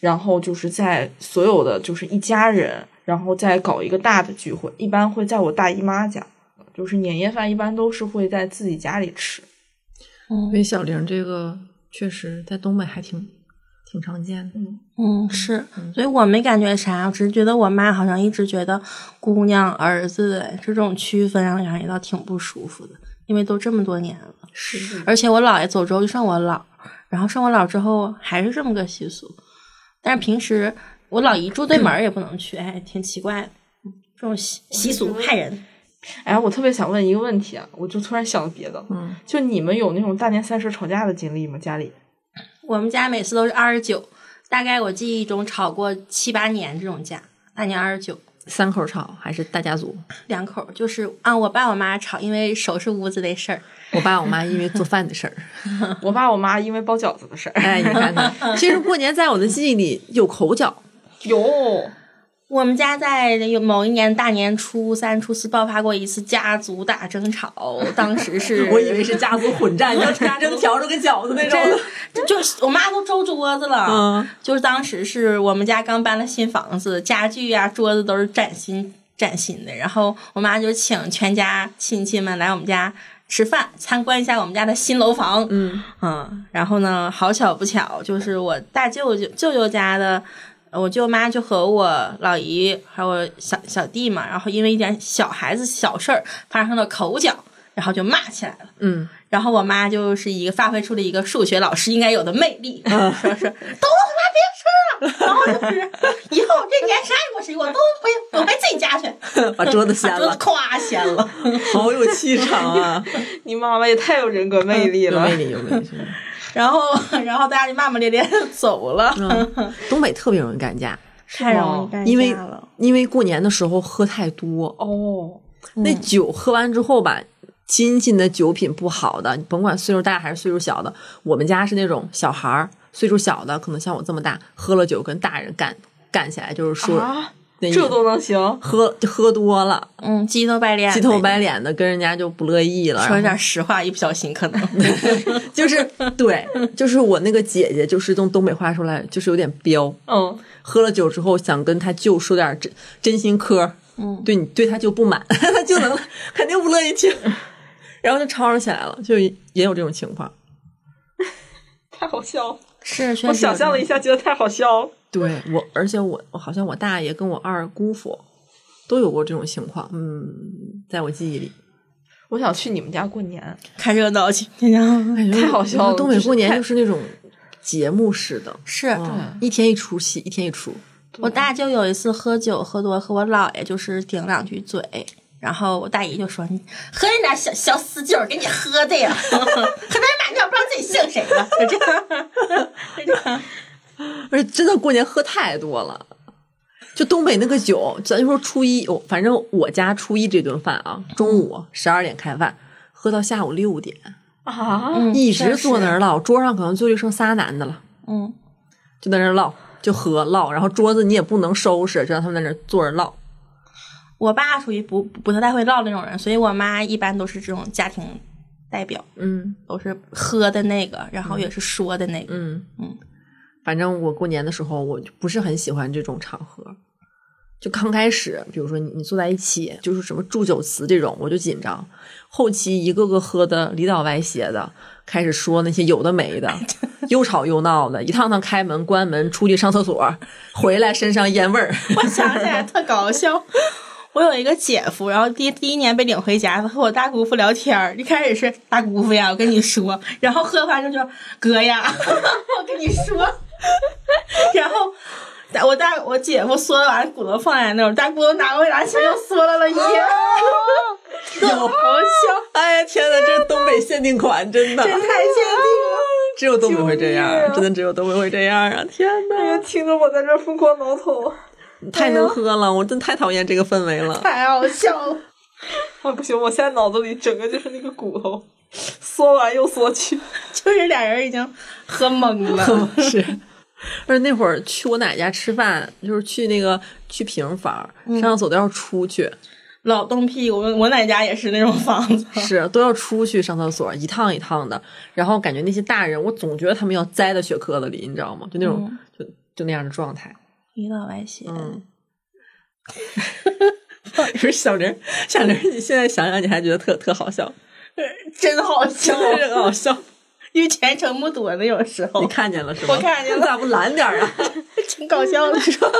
然后就是在所有的就是一家人，然后再搞一个大的聚会，一般会在我大姨妈家，就是年夜饭一般都是会在自己家里吃。嗯因为小玲这个确实在东北还挺挺常见的。嗯，是，所以我没感觉啥，我只是觉得我妈好像一直觉得姑娘、儿子这种区分，让人也倒挺不舒服的，因为都这么多年了。是而且我姥爷走之后就剩我姥，然后剩我姥之后还是这么个习俗，但是平时我老姨住对门儿也不能去，哎，挺奇怪的，这种习习俗害人。哎，我特别想问一个问题啊，我就突然想到别的了，嗯，就你们有那种大年三十吵架的经历吗？家里？我们家每次都是二十九，大概我记忆中吵过七八年这种架，大年二十九。三口吵还是大家族？两口儿就是啊，我爸我妈吵，因为收拾屋子的事儿。我爸我妈因为做饭的事儿，我爸我妈因为包饺子的事儿， (laughs) (laughs) 哎，你看看，其实过年在我的记忆里有口角，有我们家在有某一年大年初三、初四爆发过一次家族大争吵，当时是 (laughs) 我以为是家族混战，要拿着笤帚跟饺子那种的。真就是我妈都周桌子了，嗯就是当时是我们家刚搬了新房子，家具啊、桌子都是崭新崭新的，然后我妈就请全家亲戚们来我们家吃饭，参观一下我们家的新楼房，嗯然后呢，好巧不巧，就是我大舅舅舅舅家的。我舅妈就和我老姨还有我小小弟嘛，然后因为一点小孩子小事儿发生了口角，然后就骂起来了。嗯，然后我妈就是一个发挥出了一个数学老师应该有的魅力，说是都他妈别吃了，然后就是 (laughs) 以后这年啥也不吃，我都回我回自己家去， (laughs) (laughs) 把桌子掀把 (laughs) 桌子了，咵掀了。好有气场啊！你妈妈也太嗯有人格魅力有了魅。力，有魅力。真的然后 (laughs) 然后大家就骂骂咧咧地走了，嗯，东北特别容易干架，太容易吗干因为架了。因为过年的时候喝太多，哦，那酒喝完之后吧，亲戚的酒品不好的，甭管岁数大还是岁数小的，我们家是那种小孩儿，岁数小的可能像我这么大，喝了酒跟大人干干起来，就是说、啊，那意思这都能行？喝就喝多了，嗯，鸡头白脸，鸡头白脸的跟人家就不乐意了，说然后点实话，一不小心可能 (laughs) 就是对，就是我那个姐姐，就是用东北话说来，就是有点彪。嗯，喝了酒之后，想跟他舅说点真真心嗑，嗯，对你对他舅不满， (laughs) 他舅 (laughs) 能肯定不乐意听， (laughs) 然后就吵吵起来了，就也有这种情况。太好笑了！ (laughs) (laughs) 是我想象了一，下，觉得太好笑了。对我，而且我我好像我大爷跟我二姑父都有过这种情况，嗯，在我记忆里，我想去你们家过年，看热闹去。 (laughs) 哎呦太好笑了东北就是过年太就是那种节目式的，是嗯一天一出戏，一天一出。我大舅有一次喝酒喝多，和我姥爷就是顶两句嘴，然后我大姨就说：“你喝那点小小死酒，给你喝的呀， (laughs) 喝点满尿，不知道自己姓谁了。”就这样，就这样。而且真的过年喝太多了，就东北那个酒，咱就说初一，我反正我家初一这顿饭啊，嗯中午十二点开饭，喝到下午六点，啊，嗯一直坐那。确儿实唠，桌上可能就剩仨男的了，嗯，就在那儿唠，就喝唠，然后桌子你也不能收拾，就让他们在那儿坐着唠。我爸属于不不太会唠那种人，所以我妈一般都是这种家庭代表，嗯都是喝的那个，然后也是说的那个。嗯嗯，反正我过年的时候，我就不是很喜欢这种场合。就刚开始，比如说你你坐在一起，就是什么祝酒词这种，我就紧张。后期一个个喝的里倒歪斜的，开始说那些有的没 (laughs) 的，又吵又闹的，一趟趟开门关门出去上厕所，回来身上烟味儿。 (laughs) (laughs) 我想起来特搞笑。我有一个姐夫，然后第第一年被领回家，和我大姑父聊天儿。一开始是大姑父呀，我跟你说，然后喝完之后就说哥呀， (laughs) 我跟你说， (laughs) 然后大我大我姐夫缩了完骨头放在那儿，我大姑父拿过拿起来又缩了了一样， (laughs) 特好笑，哎呀天哪，这是东北限定款，真的，真太限定只有东北会这救命样，啊真的只有东北会这样啊！天哎呀，哪，听着我在这儿疯狂挠头，太能喝了，我真太讨厌这个氛围了。了，太好笑了。啊，不行，我现在脑子里整个就是那个骨头， (laughs) 缩完又缩去。就是俩人已经喝懵 (laughs) 了，是， (laughs) 而且那会儿去我奶家吃饭，就是去那个去平房，上厕所都要出去，老冻屁股。我奶家也是那种房子，是都要出去上厕所，一趟一趟的。然后感觉那些大人，我总觉得他们要栽到雪壳子里，你知道吗？就那种、嗯就就那样的状态。 (laughs) 一道歪斜。嗯，不是小玲儿，小玲儿，你现在想想，你还觉得特特好笑， (laughs) 真好笑 (laughs) 真，的是很好笑。因为全程目睹呢，有时你候看见了是吗？我看见了你咋不拦点儿啊？ (laughs) 挺搞笑的。 (laughs) 说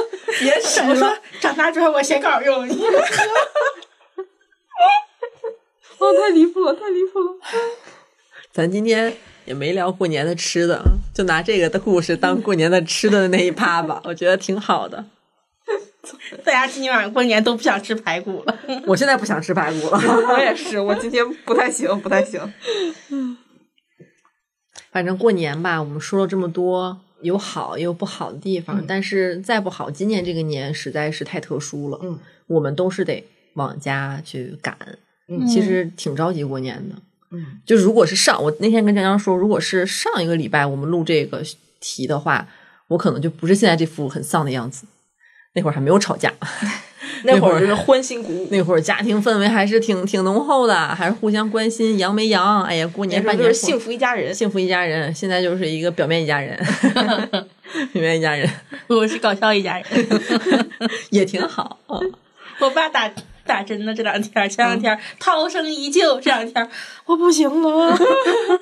别吃我说长大之后我写稿用， (laughs) 你哦，太离谱了，太离谱了！咱今天也没聊过年的吃的，啊就拿这个的故事当过年的吃的那一趴吧，我觉得挺好的。大家今天晚上过年都不想吃排骨了。我现在不想吃排骨了， (laughs) (laughs) 我也是，我今天不太行，不太行。反正过年吧，我们说了这么多，有好也有不好的地方，但是再不好，今年这个年实在是太特殊了，嗯，我们都是得往家去赶，嗯其实挺着急过年的。嗯，就如果是上，我那天跟张江说，如果是上一个礼拜我们录这个题的话，我可能就不是现在这副很丧的样子。那会儿还没有吵架，那会会儿儿就是欢欣鼓舞，那会儿家庭氛围还是挺挺浓厚的，还是互相关心，扬没扬？哎呀，过那年时候半就是年幸福一家人。幸福一家人，现在就是一个表面一家人， (laughs) 表面一家人我是搞笑一家人，也挺好。嗯 (laughs) 我爸打打针呢，这两天前两天涛声依旧，这两天我不行了。嗯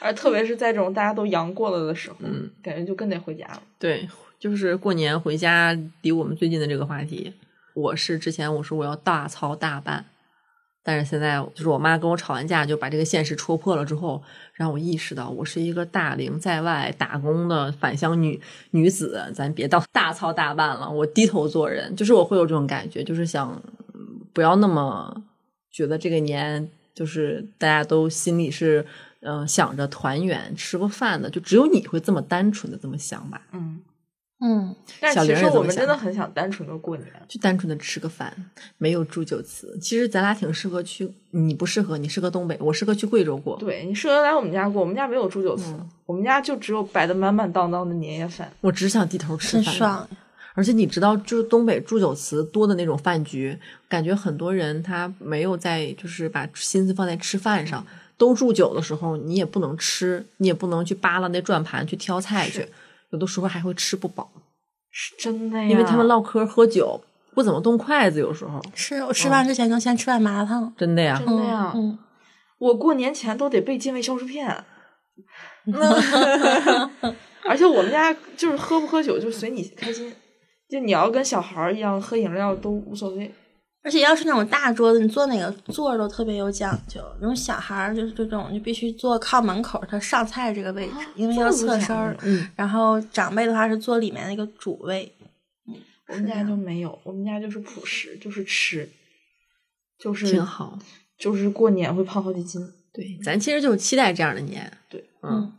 而特别是在这种大家都阳过了的时候，感觉就更得回家了。对，就是过年回家离我们最近的这个话题，我是之前我说我要大操大办，但是现在就是我妈跟我吵完架，就把这个现实戳破了之后，让我意识到我是一个大龄在外打工的返乡女女子，咱别到大操大办了，我低头做人，就是我会有这种感觉，就是想嗯不要那么觉得这个年就是大家都心里是。嗯，想着团圆吃个饭的，就只有你会这么单纯的这么想吧？嗯，嗯，但小其玲儿实也这我么们想真的很想单纯的过年。就单纯的吃个饭，没有祝酒词。其实咱俩挺适合去，你不适合，你适合东北，我适合去贵州过。对你适合来我们家过，我们家没有祝嗯酒词，我们家就只有摆的满满当当的年夜饭。我只想低头吃真饭，爽。而且你知道，就是东北祝酒词多的那种饭局，感觉很多人他没有在就是把心思放在吃饭上。都祝酒的时候，你也不能吃，你也不能去扒拉那转盘去挑菜去是，有的时候还会吃不饱，是真哎的呀，因为他们唠嗑喝酒不怎么动筷子，有时候吃我吃饭之前能先吃碗麻辣烫。真的呀。真的呀，嗯，我过年前都得备健胃消 (laughs) 食片。而且我们家就是喝不喝酒就随你开心，就你要跟小孩儿一样喝饮料都无所谓。而且要是那种大桌子，你坐哪个座儿都特别有讲究。那种小孩儿就是这种，就必须坐靠门口儿他上菜这个位置，因为啊这要么侧讲身儿究。嗯，然后长辈的话是坐里面那个主位，我们家就没有，我们家就是朴实，就是吃，就是挺好。就是过年会胖好几斤。嗯对，咱其实就是期待这样的年。对，嗯，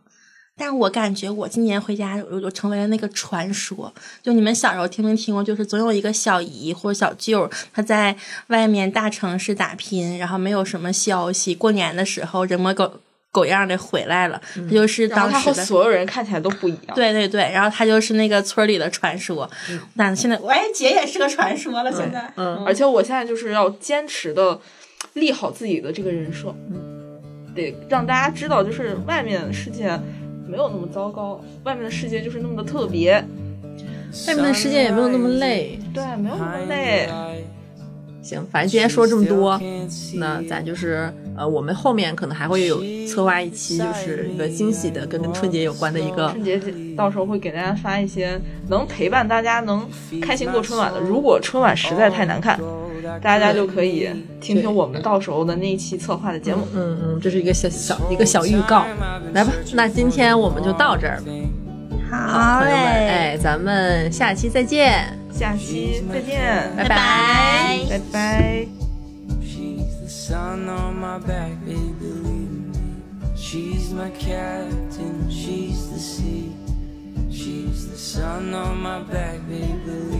但是我感觉我今年回家，我就成为了那个传说。就你们小时候听没听过？就是总有一个小姨或者小舅，他在外面大城市打拼，然后没有什么消息，过年的时候人模狗狗样的回来了，他就是嗯然后当他时和的。所有人看起来都不一样。对对对，然后他就是那个村里的传说。那现在，哎，姐也是个传说了。现在，嗯而且我现在就是要坚持的立好自己的这个人设，得让大家知道，就是外面世界没有那么糟糕，外面的世界就是那么的特别，外面的世界也没有那么累。对，没有那哎么累。行，反正今天说这么多，那咱就是呃，我们后面可能还会有策划一期，就是一个惊喜的，跟跟春节有关的一个春节到时候会给大家发一些能陪伴大家能开心过春晚的。如果春晚实在太难看，大家就可以听听我们到时候的那一期策划的节目。嗯嗯，这是一个小小一个小预告。来吧，那今天我们就到这儿，好嗯朋友们，嘞，哎，咱们下期再见，下期再见，哎拜拜。拜拜。 She's the sun on my back, baby, believe me. She's my captain, she's the sea. She's the sun on my back, baby, believe me.